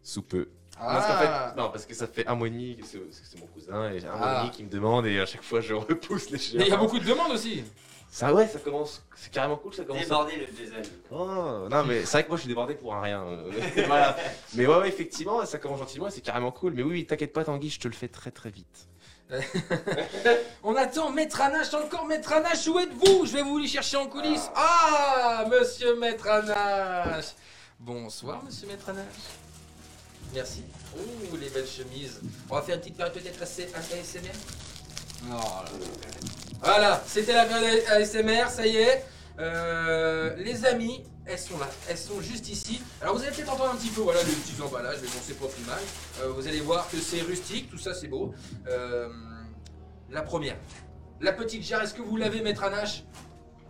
S2: Sous peu. Parce qu'en
S1: Ah
S2: fait, non, parce que ça fait un mois et demi que c'est parce que c'est mon cousin et j'ai un
S1: Ah.
S2: mois et demi qui me demande et à chaque fois je repousse les
S1: Mais il y a
S2: chiens.
S1: beaucoup Eh de demandes aussi.
S2: Ça ouais, ça commence, c'est carrément cool, ça
S1: ben,
S2: commence. à-
S4: Débordé le Jason.
S2: Oh, non mais c'est vrai que moi je suis débordé pour un rien. euh, voilà. Mais ouais, ouais, effectivement, ça commence gentiment et c'est carrément cool. Mais oui, oui, t'inquiète pas Tanguy, je te le fais très très vite.
S1: On attend Maître Anache encore, Maître Anache, où êtes-vous Je vais vous les chercher en coulisses. Ah, monsieur Maître Anache Bonsoir, monsieur Maître Anache. Merci. Ouh, les belles chemises. On va faire une petite période peut-être assez ASMR.
S3: Non, Oh là,
S1: Voilà, c'était la période ASMR, ça y est. Euh, les amis, elles sont là, elles sont juste ici. Alors vous allez peut-être entendre un petit peu, voilà, les petits emballages, mais bon, c'est pas plus mal. Euh, vous allez voir que c'est rustique, tout ça c'est beau. Euh, la première, la petite jarre, est-ce que vous l'avez, maître Anache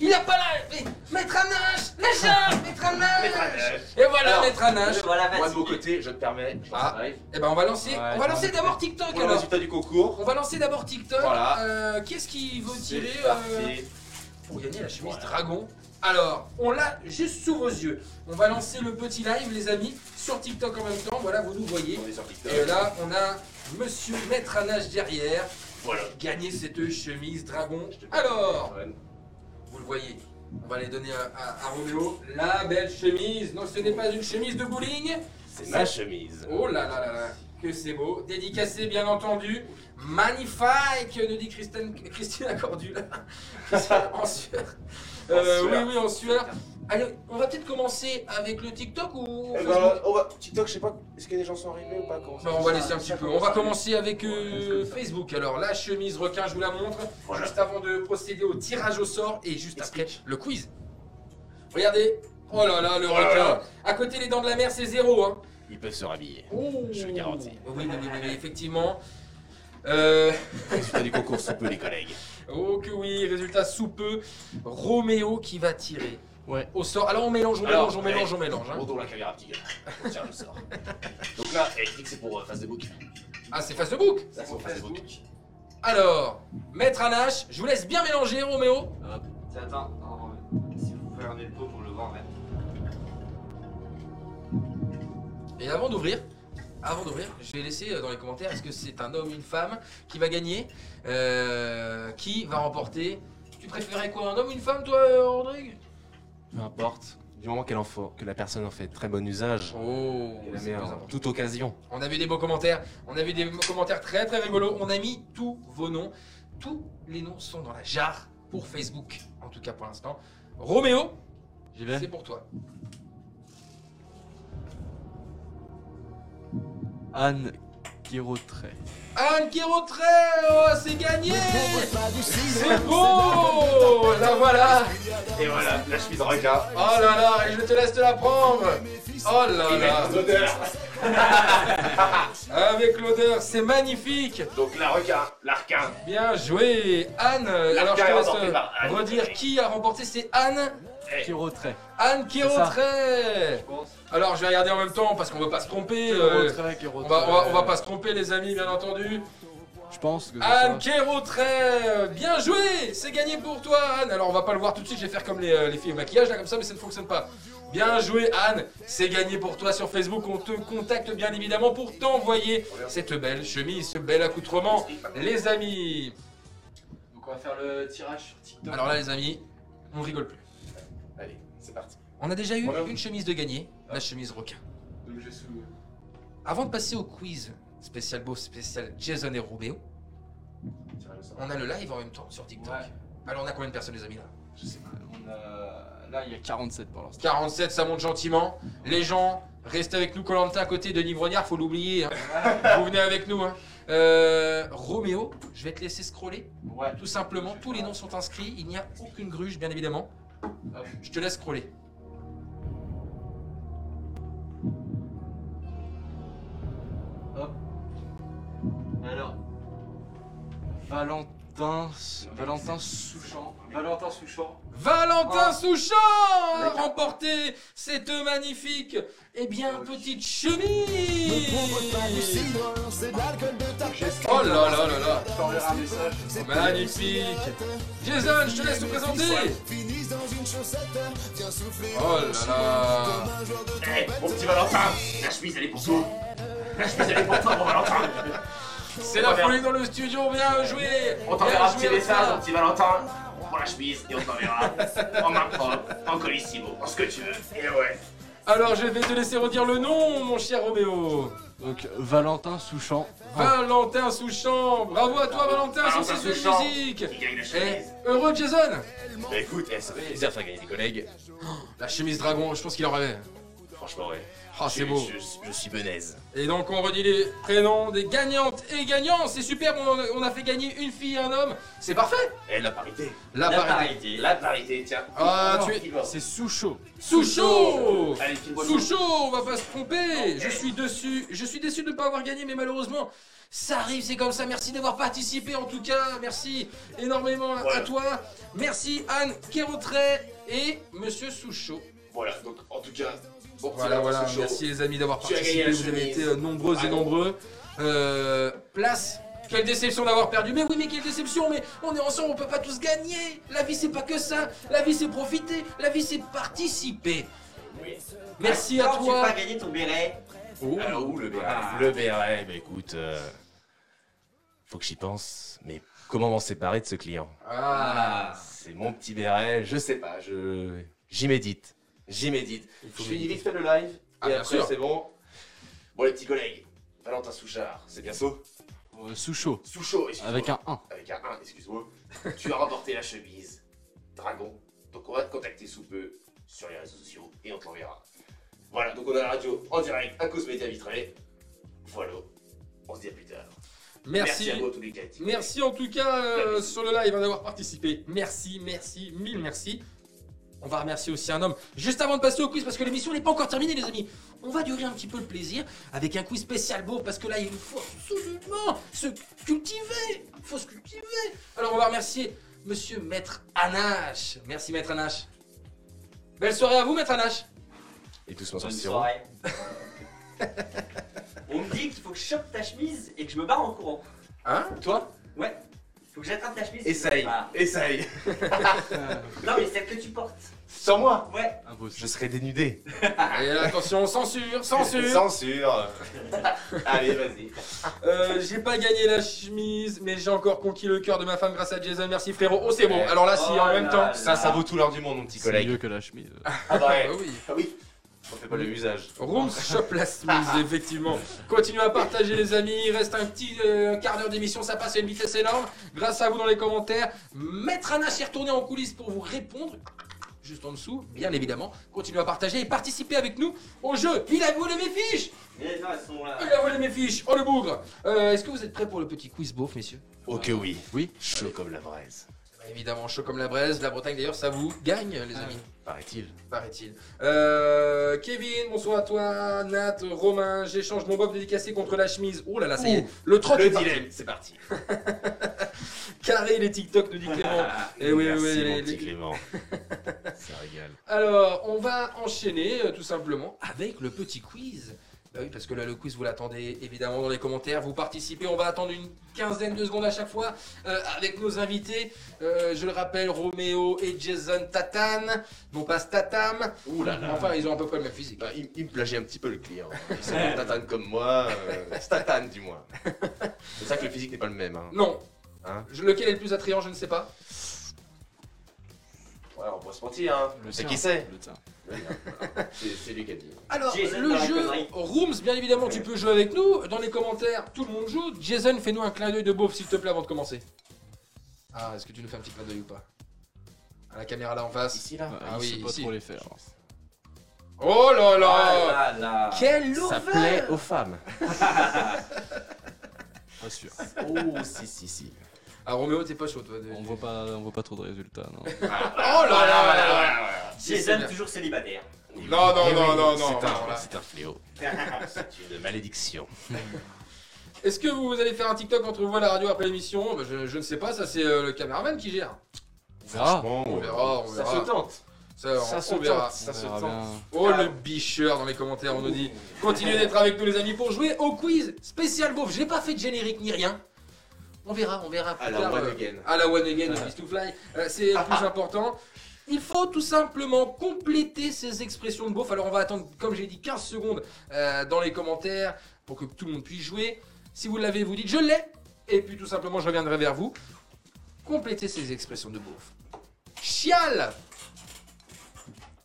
S1: Il a pas la... mais- maître Anache La jarre Maître Anache
S4: Maître Anache.
S1: Et voilà,
S2: Alors,
S1: maître Anache
S4: Voilà,
S2: Moi de mon
S4: fatigué.
S2: côté, je te permets, je
S1: Ah.
S2: travaille.
S1: Eh ben on va lancer,
S3: Ouais,
S1: on va
S3: j'ai
S1: lancer
S3: envie de
S1: d'abord TikTok
S2: Pour le
S1: alors
S2: résultat du concours,
S1: on va lancer d'abord TikTok.
S2: Voilà.
S1: Euh, Qu'est-ce qui veut
S2: c'est
S1: tirer euh,
S2: parti.
S1: pour gagner la chemise
S2: Voilà.
S1: dragon. Alors, on l'a juste sous vos yeux. On va lancer le petit live, les amis, sur TikTok en même temps. Voilà, vous nous voyez.
S2: On est sur TikTok.
S1: Et là, on a Monsieur Maître à nage derrière. Voilà. Gagner cette chemise dragon. Alors, vous le voyez. On va les donner à, à- à Roméo. La belle chemise. Non, ce n'est pas une chemise de bowling.
S2: c'est ma chemise.
S1: Oh là là là là, que c'est beau. Dédicacé, bien entendu. Magnifique, nous dit Christine, Christina Cordula. en sueur. Euh,
S2: En sueur.
S1: Oui, oui, en sueur. Allez, on va peut-être commencer avec le TikTok ou.
S2: Eh
S1: Facebook
S2: ben, on va- TikTok, je sais pas, est-ce que les gens sont arrivés ou pas comment ça
S1: Bah, on va laisser un petit peu. On va commencer avec euh,
S2: Ouais, c'est comme ça.
S1: Facebook. Alors, la chemise requin, je vous la montre.
S2: Voilà.
S1: Juste avant de procéder au tirage au sort et juste après le quiz. Regardez. Oh là là, le
S2: Oh là
S1: requin.
S2: là.
S1: À côté, les dents de la mer, c'est zéro. Hein.
S2: Ils peuvent se rhabiller.
S1: Oh.
S2: Je le garantis.
S1: Oui, oui, oui, oui, oui, effectivement. Euh,
S2: Résultat du concours sous peu, les collègues.
S1: oh que oui, résultat sous peu. Roméo qui va tirer.
S3: Ouais.
S1: Au sort. Alors on mélange, on
S2: Alors,
S1: mélange, on
S2: allez.
S1: mélange, on mélange. hein.
S2: Retourne la caméra, petit gars. Tiens, je sors. Donc là, elle dit que c'est pour euh, Facebook.
S1: Ah, c'est Facebook.
S2: Ça, c'est pour Facebook.
S1: Alors, maître Anache, je vous laisse bien mélanger, Roméo.
S4: Tiens, Attends, en- si vous pouvez ramener le pot pour le voir, ouais.
S1: Et avant d'ouvrir, avant d'ouvrir, je vais laisser euh, dans les commentaires est-ce que c'est un homme ou une femme qui va gagner, euh, qui va remporter. Tu préférais quoi, un homme ou une femme, toi, euh, Rodrigue
S2: Peu importe. Du moment qu'elle en faut, que la personne en fait très bon usage.
S1: Oh,
S2: Et la
S1: c'est
S2: meilleure,
S1: plus
S2: en
S1: important.
S2: toute occasion.
S1: On a vu des beaux commentaires, on a vu des beaux commentaires très très rigolos, on a mis tous vos noms, tous les noms sont dans la jarre pour Facebook, en tout cas pour l'instant. Roméo,
S3: J'y
S1: c'est
S3: vais
S1: pour toi.
S3: Anne Kirotray.
S1: Anne qui est rentrée, oh, c'est gagné C'est beau La voilà
S4: Et voilà, là je suis dans le cas.
S1: Oh là là, et je te laisse te la prendre Oh là là Avec l'odeur, c'est magnifique
S4: Donc la requin, l'arquin.
S1: Bien joué Anne Alors je te
S4: carrière
S1: laisse
S4: remportée par
S1: euh,
S4: Anne.
S1: redire qui a remporté, c'est Anne
S2: Eh.
S3: Qui retrait.
S1: Anne qui est
S3: C'est ça.
S1: rentrée Alors je vais regarder en même temps parce qu'on veut pas se tromper.
S3: Qui euh,
S1: euh,
S3: retrait, qui
S1: on
S3: retrait.
S1: va, on, va, on va pas se tromper les amis bien entendu.
S3: Je pense que.
S2: Ah,
S1: Anne Kérotrey, bien joué C'est gagné pour toi Anne Alors on va pas le voir tout de suite, je vais faire comme les, euh, les filles au maquillage là comme ça mais ça ne fonctionne pas. Bien joué Anne, c'est gagné pour toi sur Facebook, on te contacte bien évidemment pour t'envoyer cette belle chemise, ce bel accoutrement. Les amis
S3: Donc on va faire le tirage sur TikTok.
S1: Alors là les amis, on rigole plus.
S2: Allez, c'est parti.
S1: On a déjà eu
S2: Voilà.
S1: une chemise de gagné,
S3: Ah.
S1: la chemise requin.
S3: Donc j'ai sous.
S1: Avant de passer au quiz spécial beau, spécial Jason et Romeo,
S2: Tirage au sort.
S1: on a le live en même temps sur TikTok. Alors on a combien de personnes les amis là
S3: Je sais pas. On a. Là, il y a 47 pour l'instant.
S1: 47, ça monte gentiment. Les gens, restez avec nous, Colanta à côté de Nivrognard, faut l'oublier. hein. Vous venez avec nous. hein. Euh, Roméo, je vais te laisser scroller.
S3: Ouais.
S1: Tout simplement, tous les noms sont inscrits, il n'y a aucune gruge, bien évidemment.
S3: Hop.
S1: Je te laisse scroller.
S3: Alors. Valentin. Valentin Souchon. Valentin Souchon.
S1: Valentin
S3: Ah.
S1: Souchon a
S3: D'accord.
S1: remporté cette magnifique, eh bien,
S3: Ok.
S1: petite
S5: Ne prends pas du
S1: chemise.
S5: cidre, c'est de l'alcool de ta
S3: J'espère.
S1: Oh là là là là,
S3: Je t'enverrai un message.
S1: magnifique. Jason, je te laisse te présenter.
S5: Finis dans une chaussette, viens souffler.
S1: Oh là là.
S4: Eh, mon petit Valentin La chemise elle est pour toi La chemise elle est pour toi, mon Valentin
S1: C'est la folie dans le studio, bien joué
S4: On t'enverra un petit message, mon petit Valentin pour la chemise et on t'enverra en main propre, en colissimo, en ce que tu veux. Et ouais.
S1: Alors je vais te laisser redire le nom, mon cher Roméo.
S3: Donc Valentin Souchon.
S1: Valentin Souchon, bravo à toi Valentin, sur
S4: Valentin
S1: ces deux
S4: Souchon.
S1: musiques
S4: Qui gagne la
S1: Et
S4: chemise
S1: Eh, heureux Jason
S4: Bah écoute, eh, ça fait plaisir de faire gagner des collègues.
S1: La chemise dragon, je pense qu'il en rêvait.
S4: Franchement, ouais.
S1: Ah c'est beau
S4: Je, je- je suis benaise.
S1: Et donc on redit les prénoms des gagnantes et gagnants, c'est super, on, en a- on a fait gagner une fille et un homme, c'est parfait
S4: Eh, la parité.
S1: La parité
S4: La parité, tiens.
S1: Ah, tu es-
S4: File-moi.
S3: C'est Souchon.
S1: Souchon
S4: Allez, file-moi le
S1: Souchon, on va pas se tromper. Je suis dessus, je suis déçu de ne pas avoir gagné, mais malheureusement, ça arrive, c'est comme ça. Merci d'avoir participé en tout cas. Merci énormément à- à
S4: Voilà.
S1: toi. Merci Anne Kérotré et Monsieur Souchon.
S2: Voilà, donc en tout cas, bon
S1: Voilà,
S2: tirage au
S1: voilà.
S2: sort.
S1: Merci les amis d'avoir
S2: Tu as gagné
S1: participé.
S2: la
S1: Vous avez
S2: chemise.
S1: été euh, nombreux et
S2: Bravo.
S1: nombreux. Euh, place. Quelle déception d'avoir perdu. Mais oui, mais quelle déception. Mais on est ensemble, on peut pas tous gagner. La vie, c'est pas que ça. La vie, c'est profiter. La vie, c'est participer.
S4: Oui.
S1: Merci à
S4: Quand tu
S1: toi.
S4: vas gagner ton béret.
S1: Oh.
S2: Alors où le béret
S4: Ah.
S2: Le béret, bah écoute, euh, faut que j'y pense, mais comment m'en séparer de ce client
S1: Ah.
S2: C'est mon petit béret, je sais pas, je j'y médite, j'y médite. Je finis
S1: méditer.
S2: vite fait le live,
S1: Ah,
S2: et
S1: bien
S2: après
S1: sûr.
S2: c'est bon. Bon les petits collègues, Valentin Souchard, c'est bien ça
S3: Euh, Souchon.
S2: Souchot, excuse-moi.
S3: Avec un 1.
S2: Avec un 1, excuse-moi. tu as remporté la chemise, Dragon. Donc on va te contacter sous peu sur les réseaux sociaux et on te l'enverra. Voilà, donc on a la radio en direct à cause média vitrée. Voilà, on se dit à plus tard.
S1: Merci.
S2: à vous tous les quatre.
S1: Merci en tout cas euh,
S2: Merci.
S1: sur le live hein, d'avoir participé. Merci, merci, mille merci. On va remercier aussi un homme juste avant de passer au quiz parce que l'émission n'est pas encore terminée les amis. On va durer un petit peu le plaisir avec un quiz spécial beau parce que là il faut absolument se cultiver. Il faut se cultiver. Alors on va remercier monsieur Maître Anache. Merci Maître Anache. Belle soirée à vous Maître Anache.
S2: Et doucement
S4: Bonne soirée. On me dit qu'il faut que je chope ta chemise et que je me barre en courant.
S1: Hein Toi
S4: Ouais. Faut que j'attrape ta chemise.
S2: Essaye,
S4: Ah.
S2: essaye. Euh,
S4: Non, mais celle que tu portes.
S2: Sans moi,
S4: Ouais.
S2: je serai dénudé.
S1: Et attention, censure, Ah. censure.
S2: Censure. Allez, vas-y.
S1: Euh, j'ai pas gagné la chemise, mais j'ai encore conquis le cœur de ma femme grâce à Jason. Merci frérot. Oh, c'est bon.
S2: Ouais.
S1: Alors là, si
S4: Oh
S1: en même
S4: là
S1: temps.
S4: là.
S2: Ça, ça vaut tout l'or du monde, mon petit
S3: C'est
S2: collègue.
S3: mieux que la chemise.
S2: Ah bah ouais.
S1: Ah oui.
S2: Ah oui. On fait pas le usage.
S1: Rooms shop la chemise, effectivement. Continuez à partager, les amis. Il reste un petit euh, quart d'heure d'émission. Ça passe à une vitesse énorme. Grâce à vous dans les commentaires. Maître Anache est retourné en coulisses pour vous répondre. juste en dessous, bien évidemment. Continuez à partager et participez avec nous au jeu. Il a volé mes fiches
S4: Mais non, elles sont là.
S1: Il a volé mes fiches Oh le bougre Euh, Est-ce que vous êtes prêts pour le petit quiz beauf, messieurs
S2: Ok, Oh oui.
S3: Oui.
S2: Chaud comme la braise,
S1: Bah, Évidemment, chaud comme la braise. La Bretagne, d'ailleurs, ça vous gagne, les amis.
S2: paraît-il.
S1: paraît-il. Euh, Kevin, bonsoir à toi. Nat, Romain, j'échange mon bob dédicacé contre la chemise. Oh là là, ça y est, le 30
S2: Le
S1: est parti.
S2: dilemme, c'est parti.
S1: Carré les TikTok, nous dit Clément. Eh oui, oui,
S2: Merci,
S1: oui,
S2: mon
S1: les-
S2: petit
S1: les-
S2: Clément. ça régale.
S1: Alors, on va enchaîner euh, tout simplement avec le petit quiz. Bah oui, parce que là, le quiz, vous l'attendez évidemment dans les commentaires. Vous participez, on va attendre une quinzaine de secondes à chaque fois euh, avec nos invités. Euh, je le rappelle, Roméo et Jason Tatan, non pas Statam.
S2: Ouh là là.
S1: Enfin, ils ont à peu près le même physique.
S2: Bah, il, il me plagiait un petit peu le client. Il s'appelle Tatane comme moi, euh, Statane du moins. C'est ça que le physique n'est pas le même. Hein.
S1: Non.
S2: Hein
S1: Je- lequel est le plus attrayant, je ne sais pas.
S2: Ouais, on peut se mentir, hein.
S3: Le
S2: C'est
S3: tien.
S2: qui c'est
S3: Le tien.
S2: C'est c'est lui qui a dit.
S1: Alors,
S4: Jason
S1: le
S4: dans la
S1: jeu
S4: connerie.
S1: Rooms, bien évidemment, tu peux jouer avec nous. Dans les commentaires, tout le monde joue. Jason, fais-nous un clin d'œil de beauf, s'il te plaît, avant de commencer. Ah, est-ce que tu nous fais un petit clin d'œil ou pas À la caméra là en face.
S2: Ici là.
S3: Ah,
S1: Ah
S3: je
S1: oui,
S3: sais pas
S1: ici.
S3: trop les faire.
S1: Oh là là
S4: Ah là là.
S1: Quel
S2: Ça
S1: lourd
S2: plaît aux femmes.
S3: Pas sûr.
S2: Oh, si, si, si.
S1: Ah, Roméo, t'es pas chaud, toi. de-
S3: On voit pas, on voit pas trop de résultats. Non.
S1: Oh là là là là C'est
S4: Jason,
S1: bien.
S4: toujours célibataire.
S1: Non, non,
S2: Eh
S1: non,
S2: oui,
S1: non,
S2: c'est
S1: non.
S2: un-
S1: voilà.
S2: C'est un, fléau. c'est une malédiction.
S1: Est-ce que vous allez faire un TikTok entre vous à la radio après l'émission Bah, je, je ne sais pas, ça c'est euh, le caméraman qui gère.
S3: Ah,
S1: On verra, on
S2: Ça
S1: verra.
S2: se tente.
S1: Ça, on-
S2: Ça se
S1: on verra.
S2: tente. Ça se tente.
S1: Oh le bicheur dans les commentaires, on nous dit. Continuez d'être avec nous les amis pour jouer au quiz spécial beauf. J'ai pas fait de générique ni rien. On verra, on verra plus
S2: À la
S1: tard.
S2: one
S1: euh,
S2: again.
S1: À la one again, de Beast to Fly. Euh, c'est le plus important. Il faut tout simplement compléter ces expressions de beauf. Alors on va attendre, comme j'ai dit, 15 secondes euh, dans les commentaires pour que tout le monde puisse jouer. Si vous l'avez, vous dites je l'ai. Et puis tout simplement, je reviendrai vers vous. Complétez ces expressions de beauf. Chial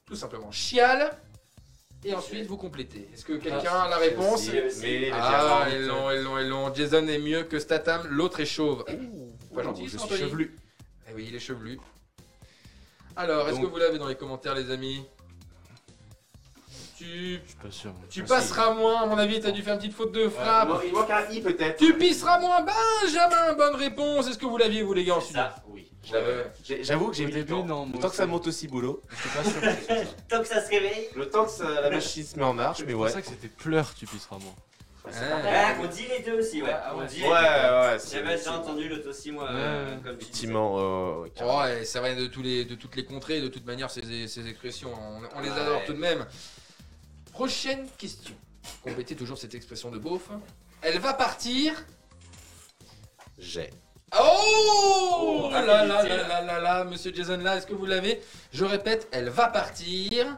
S1: Tout simplement, chial. Et ensuite, vous complétez. Est-ce que quelqu'un a la réponse
S2: Mais
S1: Ah, elle est long, elle est long, elle est long. Jason est mieux que Statham, l'autre est chauve. pas gentil,
S2: je
S1: ça,
S2: suis
S1: Anthony.
S2: chevelu.
S1: Eh oui, il est chevelu. Alors, est-ce que
S2: Donc-
S1: vous l'avez dans les commentaires, les amis tu,
S3: je suis pas sûr.
S1: tu
S2: Ah,
S1: passeras moins, à mon avis, t'as dû faire une petite faute de frappe.
S2: Il manque un i peut-être.
S1: Tu pisseras moins, Benjamin, bonne réponse. Est-ce que vous l'aviez, vous, les gars, ensuite
S4: C'est ça.
S2: Oui.
S1: Je l'avais.
S2: J'ai- J'avoue que j'ai
S3: Au
S2: mis du
S3: début,
S2: temps.
S3: non. moi
S2: Le temps que ça
S3: aussi.
S2: monte aussi boulot,
S3: J'étais pas sûr. que c'était ça.
S4: Tant que ça se réveille.
S2: le temps que ça- la machine se met en marche, mais
S3: C'est
S2: ouais.
S3: pour ça que c'était pleurs, tu pisseras moi.
S1: Hein
S4: Ah, on dit les deux aussi, ouais.
S3: Ah,
S4: On
S3: ouais.
S4: dit
S2: Ouais,
S4: les deux.
S2: ouais,
S4: J'ai jamais
S2: c'est.
S4: entendu l'autre aussi, moi. euh,
S3: Ouais.
S4: Comme tu dis.
S2: Effectivement, euh,
S1: Oh, et ça vient de, tous les, de toutes les contrées, de toute manière, ces, ces expressions, on, on les adore
S4: Ouais.
S1: tout de même. Prochaine question. Complétez toujours cette expression de beauf. Elle va partir.
S2: j'ai.
S1: Oh,
S4: Oh,
S1: là là là
S4: rapidité,
S1: là là là là, monsieur Jason là, est-ce que vous l'avez Je répète, elle va partir.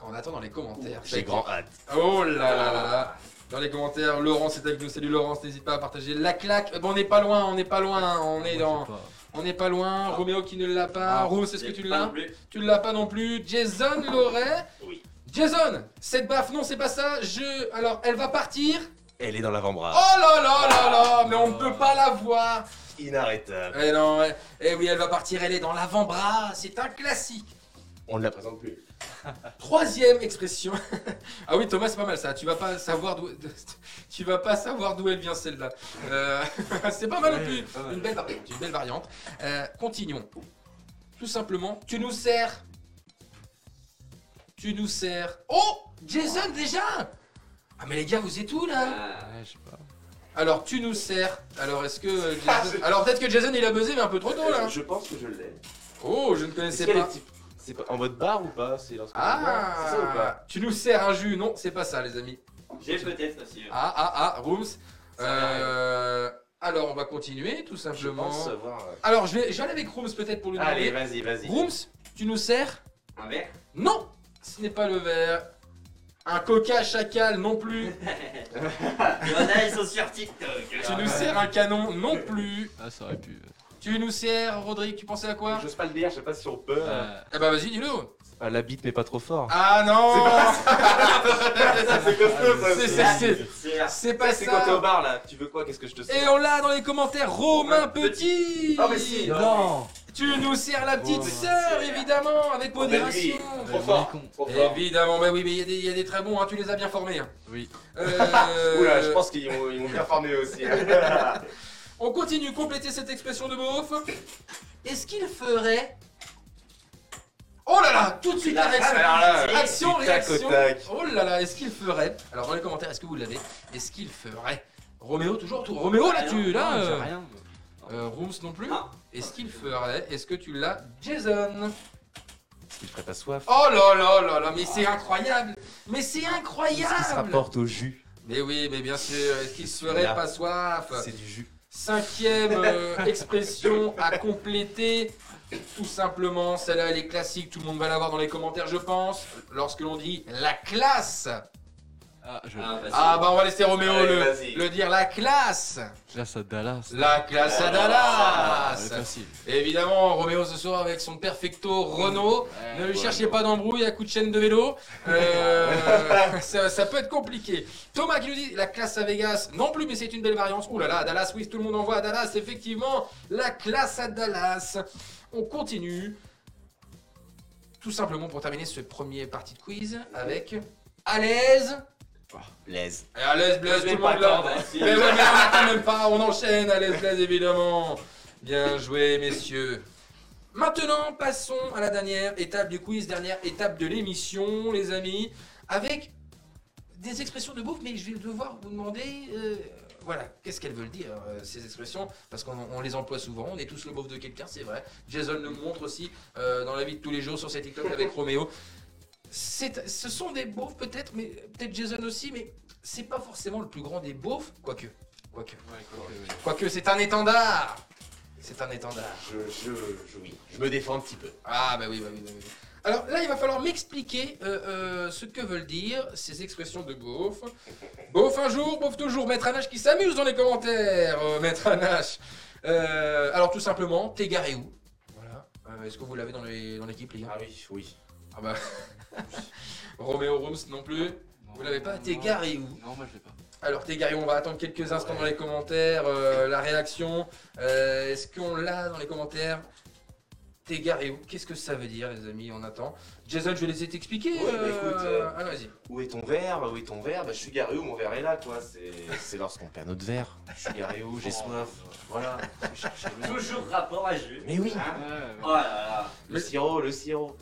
S1: On attend dans les commentaires.
S2: J'ai grand hâte.
S1: Oh là là là là. Dans les commentaires, Laurence est avec nous. Salut Laurence, n'hésite pas à partager la claque. Euh, Bon, on n'est pas loin, on n'est pas loin, hein, on est dans, on n'est pas loin. Roméo qui ne l'a pas.
S3: Ah.
S1: Rose, est-ce que tu l'as
S4: Pas non plus.
S1: tu l'as pas non plus. Jason l'aurait.
S4: Oui.
S1: Jason, cette baffe, non, c'est pas ça. Je. Alors, elle va partir.
S2: Elle est dans
S1: Oh
S2: l'avant-bras.
S1: là là là là, mais on ne peut pas la voir.
S2: Inarrêtable.
S1: Eh non, eh, eh oui, elle va partir. Elle est dans l'avant-bras. C'est un classique.
S2: On ne la présente plus.
S1: Troisième expression. ah oui, Thomas, c'est pas mal ça. Tu vas pas savoir d'où. Tu vas pas savoir d'où elle vient celle-là. Euh, c'est pas mal non plus. Une belle variante. Une belle variante. Euh, continuons. Tout simplement, tu nous sers. Tu nous sers. Oh Jason déjà Ah mais les gars, vous êtes où là
S4: Ah.
S3: Ouais, je sais pas.
S1: Alors tu nous sers. Alors est-ce que euh,
S2: Ah,
S1: Jason... Alors peut-être que Jason il a buzzé mais un peu trop tôt Oh là.
S2: Je pense que je l'ai.
S1: Oh, je ne
S2: Est-ce
S1: connaissais
S2: qu'elle est
S1: pas.
S2: type- C'est pas en mode bar ou pas C'est lorsqu'on est bar, C'est ça ou pas
S1: Ah Tu nous sers un jus. Non, c'est pas ça les amis.
S4: J'ai peut-être aussi. euh.
S1: Ah ah ah, Rooms.
S4: Ça va,
S1: Euh, Alors on va continuer tout
S2: Je
S1: simplement.
S2: pense savoir. euh.
S1: Alors je vais, je vais aller avec Rooms peut-être pour lui
S2: Allez,
S1: demander.
S2: vas-y, vas-y.
S1: Rooms, tu nous sers
S4: Un verre.
S1: Non, ce n'est pas le verre. Un coca chacal non plus.
S4: Il y en a, ils sont sur TikTok.
S1: tu nous sers un canon non plus.
S3: Ah, ça aurait pu.
S1: Tu nous sers, Rodrigue, tu pensais à quoi
S2: J'ose pas le dire, je sais pas si on peut. euh,
S3: Euh,
S1: Eh ben vas-y, dis-le.
S2: À Ah, la bite, mais pas trop fort.
S1: Ah non
S2: c'est comme
S1: C'est-
S4: Ah,
S1: c'est-
S4: c'est-
S1: C'est pas
S2: C'est quand t'es au
S1: ça
S2: bar là, tu veux quoi Qu'est-ce que je te sers
S1: Et on l'a dans les commentaires, Romain Petit
S2: Ah, mais si.
S3: Non
S1: Tu nous sers la petite
S3: Romain.
S1: sœur, évidemment, avec
S2: Oh, mais lui.
S1: modération
S2: Trop fort,
S3: Con.
S2: trop fort.
S1: Évidemment, bah oui, mais il y a des- il y, a des très bons, hein, tu les as bien formés. hein.
S3: Oui.
S1: Euh,
S2: Oula, je pense qu'ils ont, ils ont bien formé aussi. hein.
S1: On continue, compléter cette expression de beauf. Est-ce qu'il ferait... Oh là là, tout de suite la réaction.
S2: alors là,
S1: Action,
S2: du tac
S1: réaction.
S2: au tac.
S1: Oh là là, est-ce qu'il ferait Alors dans les commentaires, est-ce que vous l'avez Est-ce qu'il ferait Roméo toujours tout. Roméo
S4: Ah,
S1: là tu là
S3: J'ai
S1: euh,
S3: rien.
S1: euh, Rooms non plus
S2: Ah.
S4: Non.
S1: Est-ce qu'il ferait Est-ce que tu l'as Jason
S2: Est-ce qu'il ferait pas soif
S1: Oh là là là là, mais c'est incroyable Mais c'est
S2: Est-ce qu'il se
S1: incroyable
S2: rapporte au jus
S1: Mais oui, mais bien sûr, est-ce qu'il se ferait
S2: Là.
S1: pas soif
S2: C'est du jus.
S1: Cinquième euh, expression à compléter, tout simplement, celle-là elle est classique, tout le monde va l'avoir dans les commentaires je pense, lorsque l'on dit la classe
S3: Ah, je
S4: Ah, bah,
S1: Ah bah on va laisser Roméo
S2: Allez,
S1: le,
S2: vas-y.
S1: le dire la classe
S3: Classe à Dallas.
S1: La classe à
S3: Ah, c'est
S1: Dallas
S3: facile.
S1: Évidemment Roméo ce soir avec son perfecto Renault. Ne lui
S2: Ouais,
S1: cherchez
S2: non.
S1: pas d'embrouille à coup de chaîne de vélo. Euh, ça, ça peut être compliqué. Thomas qui nous dit la classe à Vegas, non plus, mais c'est une belle variance. Ouh là là, à Dallas, oui, tout le monde envoie à Dallas. Effectivement, la classe à Dallas. On continue. Tout simplement pour terminer ce premier parti de quiz avec à l'aise.
S4: Blaise.
S1: Et À l'aise, Blaise, tout
S4: Blaise,
S1: le monde là. Mais ouais, mais on attend même pas, on enchaîne à l'aise, l'aise, évidemment. Bien joué, messieurs. Maintenant, passons à la dernière étape du quiz, dernière étape de l'émission, les amis, avec des expressions de bouffe, mais je vais devoir vous demander, euh, voilà, qu'est-ce qu'elles veulent dire, euh, ces expressions, parce qu'on on les emploie souvent, on est tous le bouffe de quelqu'un, c'est vrai. Jason le montre aussi euh, dans la vie de tous les jours sur ses TikTok avec Roméo. C'est- Ce sont des beaufs peut-être, mais peut-être Jason aussi, mais c'est pas forcément le plus grand des beaufs, quoique. Quoique. Quoique, c'est un étendard C'est un étendard.
S2: Je, je, je, oui. je me défends un petit peu.
S1: Ah bah oui, bah oui, bah oui. Alors là, il va falloir m'expliquer euh, euh, ce que veulent dire ces expressions de beauf. Beauf un jour, beauf toujours, maître Anache qui s'amuse dans les commentaires, euh, maître Anache. Euh, alors tout simplement, t'es garé où Voilà. Euh, Est-ce que vous l'avez dans les- dans l'équipe, les, gars
S2: oui, oui.
S1: Ah bah... Roméo Rooms non plus. Vous l'avez pas T'es garé où
S3: Non, moi je l'ai pas.
S1: Alors t'es garé, on va attendre quelques instants dans les commentaires, euh, la réaction. Euh, Est-ce qu'on l'a dans les commentaires T'es garé où Qu'est-ce que ça veut dire les amis On attend. Jason, je vais laisser t'expliquer.
S2: Oui, bah, écoute, euh,
S1: Ah, vas-y.
S2: Où est ton verre Où est ton verre Bah, je suis garé où Mon verre est là, quoi. C'est c'est lorsqu'on perd notre verre. Je suis garé où J'ai soif. Voilà. Je vais chercher l'eau.
S4: Toujours rapport à jeu.
S2: Mais oui
S4: Oh là là.
S2: Le sirop, le sirop.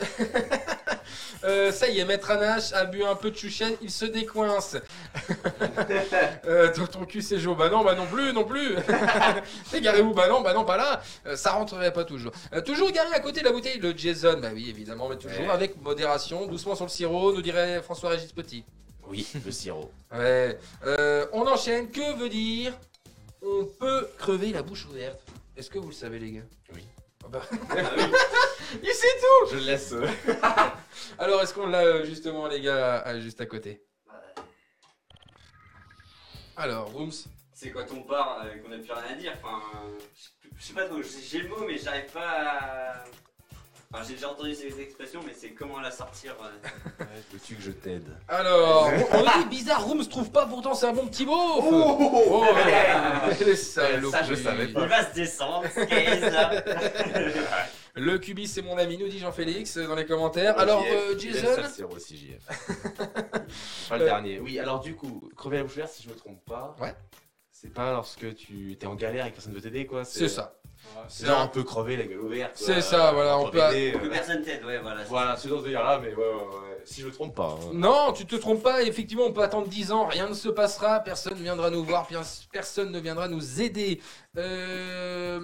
S1: Euh, ça y est, Maître Anache a bu un peu de chouchen, il se décoince. Euh, ton, ton cul c'est Joe. Bah non, bah non plus, non plus. T'es garé où Bah non, bah non, pas là. Euh, ça rentrerait pas toujours. Euh, toujours garé à côté de la bouteille de Jason. Bah oui, évidemment, mais toujours
S2: Ouais.
S1: avec modération, doucement sur le sirop, nous dirait François-Régis Petit.
S2: Oui, le sirop.
S1: Ouais. Euh, on enchaîne. Que veut dire on peut crever la bouche ouverte Est-ce que vous le savez, les gars
S2: Oui.
S1: Ah bah,
S4: Ah oui.
S1: il sait tout
S2: Je le laisse. euh,
S1: Alors, est-ce qu'on l'a euh, justement, les gars, à- juste à côté Alors, Rooms.
S4: C'est quand on part euh, qu'on a plus rien à dire. Enfin, euh, je sais plus- je sais pas trop, j'ai j'ai le mot, mais j'arrive pas à. Enfin, j'ai déjà entendu ces expressions, mais c'est comment la sortir. euh.
S2: Veux-tu que je t'aide
S1: Alors, on on dit bizarre, Rooms trouve pas, pourtant c'est un bon petit beau Oh, ouais. Les salauds.
S4: Ça, je
S2: savais
S4: Il va se descendre, ce qu'il y a, là.
S1: Le cubi, c'est mon ami, nous dit Jean-Félix euh, dans les commentaires. Alors, euh, Jason,
S2: Le sirop aussi, JF. Pas le
S1: Euh,
S2: dernier. Oui, alors du coup, crever la bouche ouverte, si je me trompe pas.
S1: Ouais.
S2: C'est pas lorsque tu t'es en galère et que personne ne veut t'aider, quoi. euh,
S1: c'est ça.
S2: C'est genre un peu crever la gueule ouverte. quoi.
S1: C'est ça, voilà, on
S2: Entre
S1: peut-
S2: bébés,
S4: Que
S2: euh,
S4: personne t'aide, ouais, voilà.
S2: Voilà, c'est dans ce délire-là, mais ouais, ouais, ouais. Si je me trompe pas. hein.
S1: Non, tu te trompes pas, effectivement, on peut attendre 10 ans, rien ne se passera, personne ne viendra nous voir, pers- personne ne viendra nous aider. Euh,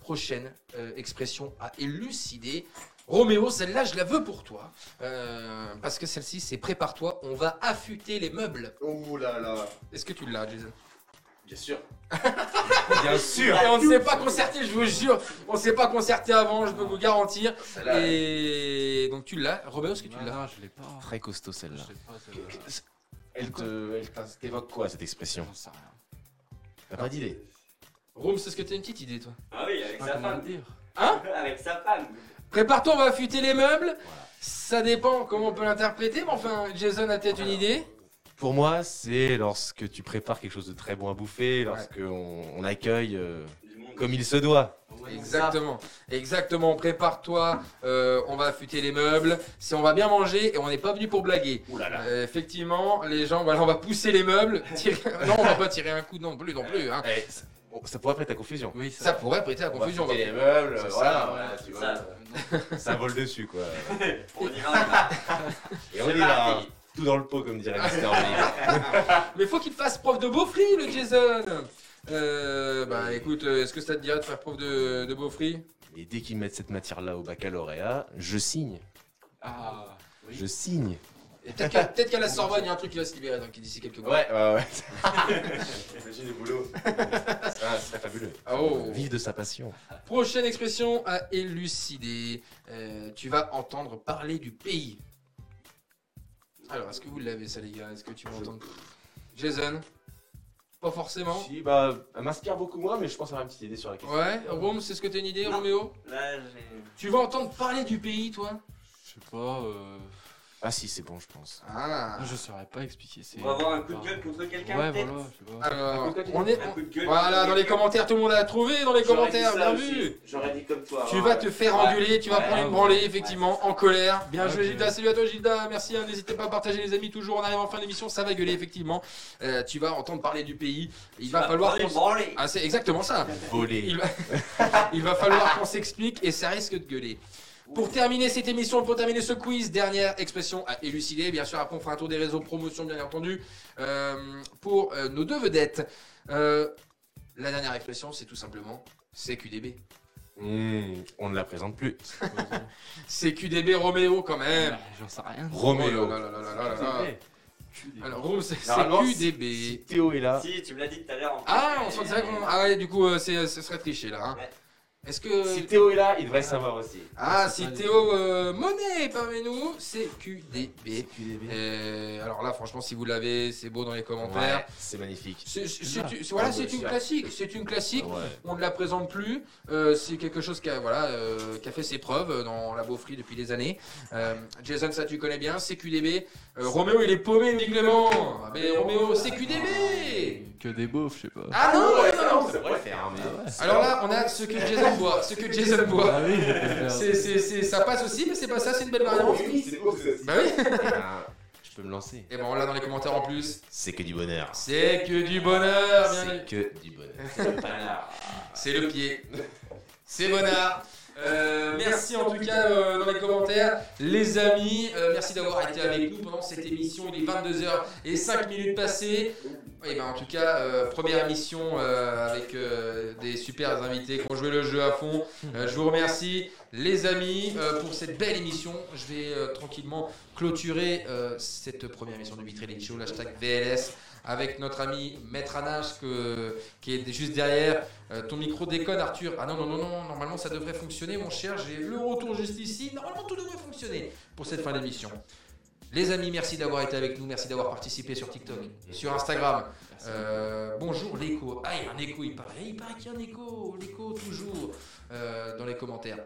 S1: prochaine euh, expression à élucider. Roméo, celle-là, je la veux pour toi. Euh, parce que celle-ci, c'est prépare-toi, on va affûter les meubles.
S2: Oh là là.
S1: Est-ce que tu l'as, Jason
S2: Bien sûr. Bien sûr.
S1: Et on ne s'est pas concerté, je vous jure, on ne s'est pas concerté avant, je peux vous garantir.
S2: Celle-là,
S1: Et donc tu l'as, Roméo, est-ce que tu
S3: Non,
S1: l'as
S3: non, je l'ai pas.
S2: Très costaud
S3: Je
S2: celle-là.
S3: l'ai pas, celle-là.
S2: Elle te, elle t'in- t'évoque quoi cette expression
S3: J'en sais rien.
S2: T'as pas d'idée.
S1: Roméo, est-ce que tu as une petite idée, toi
S4: Ah oui,
S3: Je sais
S4: avec sa
S3: pas comment
S4: femme.
S3: le dire.
S4: Avec sa femme.
S1: Prépare-toi, on va affûter les meubles. Ça dépend comment on peut l'interpréter, mais enfin, Jason a peut-être une idée.
S2: Pour moi, c'est lorsque tu prépares quelque chose de très bon à bouffer, lorsque on, on accueille euh,
S4: Du monde.
S2: comme il se doit.
S1: Exactement, exactement. Prépare-toi, euh, on va affûter les meubles. Si on va bien manger et on n'est pas venu pour blaguer.
S4: Ouh là
S2: Ah.
S4: là.
S1: Euh, effectivement, les gens, voilà, on va pousser les meubles. tirer- Non, on va pas tirer un coup non plus, non plus. hein.
S2: Eh, ça- bon, ça pourrait prêter à confusion.
S3: Oui,
S1: Ça pourrait prêter à confusion.
S2: On va fouiller les meubles,
S1: C'est
S2: Oh voilà,
S1: ça,
S2: voilà, tu vois,
S1: euh.
S4: ça.
S2: ça. vole dessus quoi.
S4: On y va.
S2: Et on y va, hein. tout dans le pot comme dirait Mister Olive.
S1: Mais faut qu'il fasse prof de beaufry, le Jason. Euh, bah écoute, euh, est-ce que ça te dirait de faire prof de, de beaufry
S2: Et dès qu'ils mettent cette matière-là au baccalauréat, je signe.
S3: Ah,
S2: Je signe.
S1: Et Peut-être qu'à peut-être qu'à la Sorbonne, il y a un truc qui va se libérer donc, d'ici quelques mois.
S2: Ouais, ouais, ouais. Imagine le boulot. Ah, c'est fabuleux.
S1: Oh.
S2: Vive de sa passion.
S1: Prochaine expression à élucider. Euh, tu vas entendre parler du pays. Alors, est-ce que vous l'avez ça, les gars Est-ce que tu m'entends Jason Pas forcément.
S2: Si, bah, elle m'inspire beaucoup moins, mais je pense avoir une petite idée sur la question.
S1: Ouais, Rome, c'est ce que t'as une idée,
S4: Non.
S1: Roméo
S4: Là, j'ai.
S1: Tu vas entendre parler du pays, toi
S3: je sais pas. euh,
S2: Ah si, c'est bon, je pense.
S1: Ah
S3: Je saurais pas expliquer. c'est-
S4: On va avoir un coup de gueule contre quelqu'un
S3: Ouais,
S4: peut-être.
S3: voilà, je sais pas.
S1: Alors, on est.
S4: Un coup de gueule.
S1: Ah, Voilà, dans les commentaires, tout le monde a trouvé dans les
S4: J'aurais dit
S1: commentaires,
S4: ça
S1: bien
S4: aussi.
S1: vu
S4: J'aurais dit comme toi.
S1: Tu
S4: hein,
S1: vas
S4: ouais.
S1: te faire
S4: Ouais.
S1: engueuler, tu vas
S4: Ouais.
S1: prendre une
S4: Ouais.
S1: branlée, effectivement, en colère. Bien joué,
S3: Ok.
S1: Gilda. Salut à toi, Gilda. Merci. hein. N'hésitez pas à partager, les amis. Toujours, on arrive en fin d'émission, ça va gueuler, effectivement. Euh, tu vas entendre parler du pays. Il
S4: Tu
S1: va
S4: vas
S1: falloir.
S4: prendre une
S1: qu'on-
S4: branlée.
S1: Ah, c'est exactement ça.
S2: Voler.
S1: Il va, il va falloir qu'on s'explique et ça risque de gueuler. Pour terminer cette émission, pour terminer ce quiz, dernière expression à élucider. Bien sûr, après, on fera un tour des réseaux promotion, bien entendu, Euh, pour euh, nos deux vedettes. euh, la dernière expression, c'est tout simplement CQDB.
S2: Hmm, on ne la présente plus.
S1: CQDB Roméo, quand même.
S3: Bah, J'en sais rien.
S1: Oh
S2: Roméo.
S1: là là là là là là là. Alors, Rome, c'est
S2: Normalement,
S1: CQDB.
S2: Théo est là.
S4: Si, tu me l'as dit tout à l'heure. en
S1: Ah,
S4: fait.
S1: on sent c'est vrai qu'on. Ah ouais, du coup, euh, c'est- ce serait triché là. hein.
S4: Ouais.
S1: Est-ce
S2: Si
S1: que.
S2: Théo est là, il devrait savoir aussi.
S1: Ah,
S3: c'est
S1: si
S3: pas
S1: Théo euh, Monet est parmi nous, CQDB.
S2: QDB.
S1: Et Euh, alors là, franchement, si vous l'avez, c'est beau dans les commentaires.
S2: c'est magnifique.
S1: C'est- c'est- c'est-
S3: Ah,
S1: c'est- voilà,
S2: ah,
S1: c'est
S2: ouais,
S1: une
S2: c'est-
S1: classique. C'est une classique.
S2: Ouais.
S1: On ne la présente plus. Euh, c'est quelque chose qui a, voilà, euh, qui a fait ses preuves euh, dans la beaufrie depuis des années. Euh, Jason, ça tu connais bien. CQDB. Euh, Roméo, il est paumé uniquement. Mais Roméo, CQDB.
S3: Que des beaufs, je sais pas.
S1: Ah non, non, non, non.
S2: ça devrait faire, mais.
S1: Alors là, on a ce que Jason boit. Ce que Jason boit.
S3: Ah oui, je peux faire.
S1: C'est, c'est, c'est, ça passe aussi, mais c'est pas ça, c'est une belle variante.
S2: Ah Oui, c'est beau, c'est aussi.
S1: Bah oui.
S2: Je peux me lancer.
S1: Et bon, là, dans les commentaires en plus.
S2: C'est que du bonheur.
S1: C'est que du bonheur. bien
S2: C'est que du bonheur.
S1: C'est le pied. C'est Bonnard. Euh, merci en tout cas euh, dans les commentaires, les amis. euh, merci d'avoir été avec nous pendant cette émission. Il est 22h et 5 minutes passées. Et ben, en tout cas, euh, première émission euh, avec euh, des super invités qui ont joué le jeu à fond. Euh, je vous remercie, les amis, euh, pour cette belle émission. Je vais euh, tranquillement clôturer euh, cette première émission du Vitré Show, l'hashtag VLS, avec notre ami Maître Anache que- qui est juste derrière. Euh, ton micro déconne, Arthur. Ah non, non, non, non, normalement ça devrait fonctionner, mon cher. J'ai le retour juste ici. Normalement tout devrait fonctionner pour cette fin d'émission. Les amis, merci d'avoir été avec nous. Merci d'avoir participé sur TikTok, sur Instagram. Euh, bonjour l'écho. Ah, il y a un écho, il paraît. Il paraît qu'il y a un écho. L'écho, toujours euh, dans les commentaires.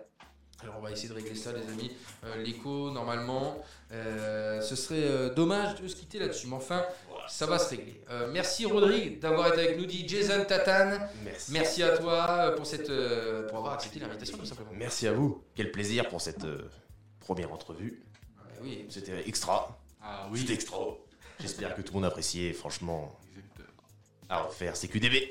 S1: Alors on va essayer de régler ça, les amis. Euh, l'écho, normalement, euh, ce serait euh, dommage de se quitter là-dessus. Mais enfin, ça va se régler. Euh, merci Rodrigue d'avoir été avec nous, dit Jason Tatan.
S2: Merci.
S1: Merci à toi pour, cette, euh, pour avoir accepté l'invitation, tout simplement.
S2: Merci à vous. Quel plaisir pour cette euh, première entrevue.
S1: Euh, Oui,
S2: C'était extra.
S3: Ah
S2: C'était
S3: oui.
S2: extra. J'espère que tout le monde a apprécié. Franchement,
S3: Exactement.
S2: à refaire, c'est QDB.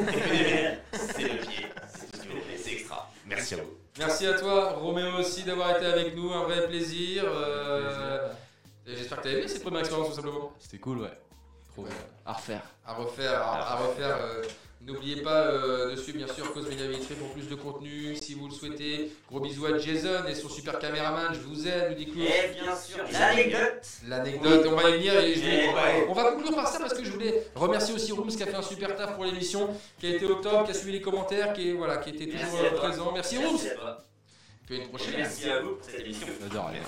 S2: c'est le pied. C'est tout ce que vous voulez, C'est extra. Merci à vous.
S1: merci à toi, Roméo, aussi, d'avoir été avec nous. Un vrai plaisir. Euh, et J'espère que tu as aimé cette première expérience, tout simplement.
S3: C'était cool, ouais. Trop
S1: Ouais.
S3: bien. À refaire.
S1: À refaire, à, à refaire. euh, N'oubliez pas euh, de suivre, bien sûr, Cause Média Vitré pour plus de contenu, si vous le souhaitez. Gros bisous à Jason et son super caméraman. Je vous aime, nous dit Claude.
S4: Et Eh, bien sûr, l'anecdote.
S1: L'anecdote, on va y venir et je vais-
S4: Eh ouais.
S1: On va conclure par ça parce que je voulais remercier aussi Rooms qui a fait un super taf pour l'émission, qui a été au top, qui a suivi les commentaires, qui, est, voilà, qui était toujours
S4: Merci à
S1: euh,
S4: toi.
S1: présent. Merci Rooms
S4: Merci à toi.
S1: Tu as une prochaine.
S4: Merci à vous pour cette émission.
S1: Euh.
S3: J'adore rien.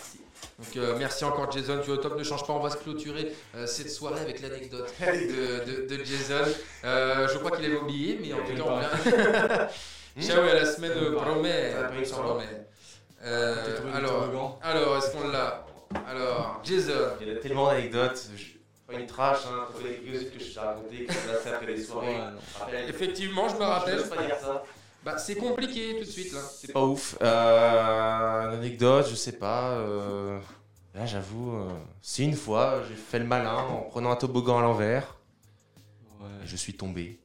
S1: Donc euh, merci encore Jason, tu es au top, ne change pas, on va se clôturer euh, cette soirée avec l'anecdote de, de- de Jason. Euh, je crois qu'il avait oublié, mais en tout cas on revient. Ciao et à la semaine promet. Euh,
S3: T'es tombé
S1: alors,
S3: d'interrogant.
S1: alors est-ce qu'on l'a Alors, Jason.
S2: Il y a tellement d'anecdotes. je- Pas une trash, hein. Faut des vieux que je t'ai raconté, que je vais passer après les soirées.
S3: Ouais, non.
S2: Après,
S1: Effectivement, je me
S2: Je
S1: rappelle.
S2: peux pas dire ça.
S1: Bah, c'est compliqué tout de suite là.
S2: C'est pas ouf. Euh, une anecdote, je sais pas. euh, Là, j'avoue, euh, c'est une fois, j'ai fait le malin en prenant un toboggan à l'envers.
S3: Ouais.
S2: Et je suis tombé.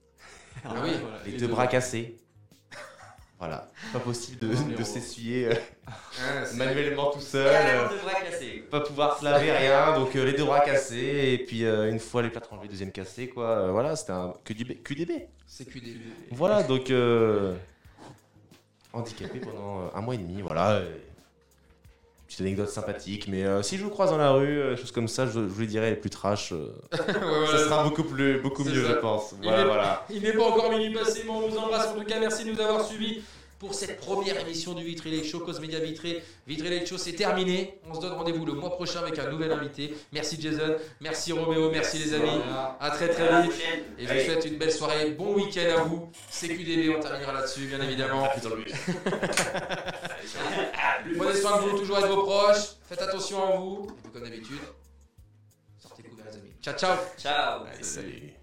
S1: Ah oui,
S3: voilà.
S2: Les, deux, bras cassés. voilà. Pas possible de, de s'essuyer euh,
S1: Hein, c'est-
S2: manuellement tout seul. euh,
S4: Carrément de bras cassés.
S2: pas pouvoir se laver rien, donc euh, les deux bras cassés. Et puis euh, une fois les plâtres enlevés, deuxième cassé, quoi. Euh, voilà, c'était un QDB. QDB.
S1: C'est QDB.
S2: Voilà, donc. euh, handicapé pendant euh, un mois et demi, voilà. euh, Petite anecdote sympathique, mais euh, si je vous croise dans la rue, euh, choses comme ça, je, je vous les dirai les plus trash. euh,
S1: Ouais, voilà.
S2: ça sera beaucoup plus, beaucoup
S1: C'est
S2: mieux,
S1: ça.
S2: je pense.
S1: Il
S2: Voilà,
S1: est-
S2: voilà.
S1: Il n'est pas encore minuit passé, mais on vous embrasse. En tout cas, merci de nous avoir suivis pour cette première émission du Vitré Lake Show, Cause Média Vitré. Vitré Lake Show, c'est terminé. On se donne rendez-vous le mois prochain avec un nouvel invité. Merci Jason, merci Roméo, merci les amis. À très
S4: À la
S1: très vite.
S4: prochaine.
S1: Et je vous
S4: Allez.
S1: souhaite une belle soirée, bon week-end à vous. CQDB, on terminera là-dessus, bien évidemment. Prenez soin de vous, toujours avec vos proches. Faites attention à vous. Et puis, comme d'habitude, sortez couverts, les amis. Ciao, ciao.
S4: Ciao.
S2: Allez, salut.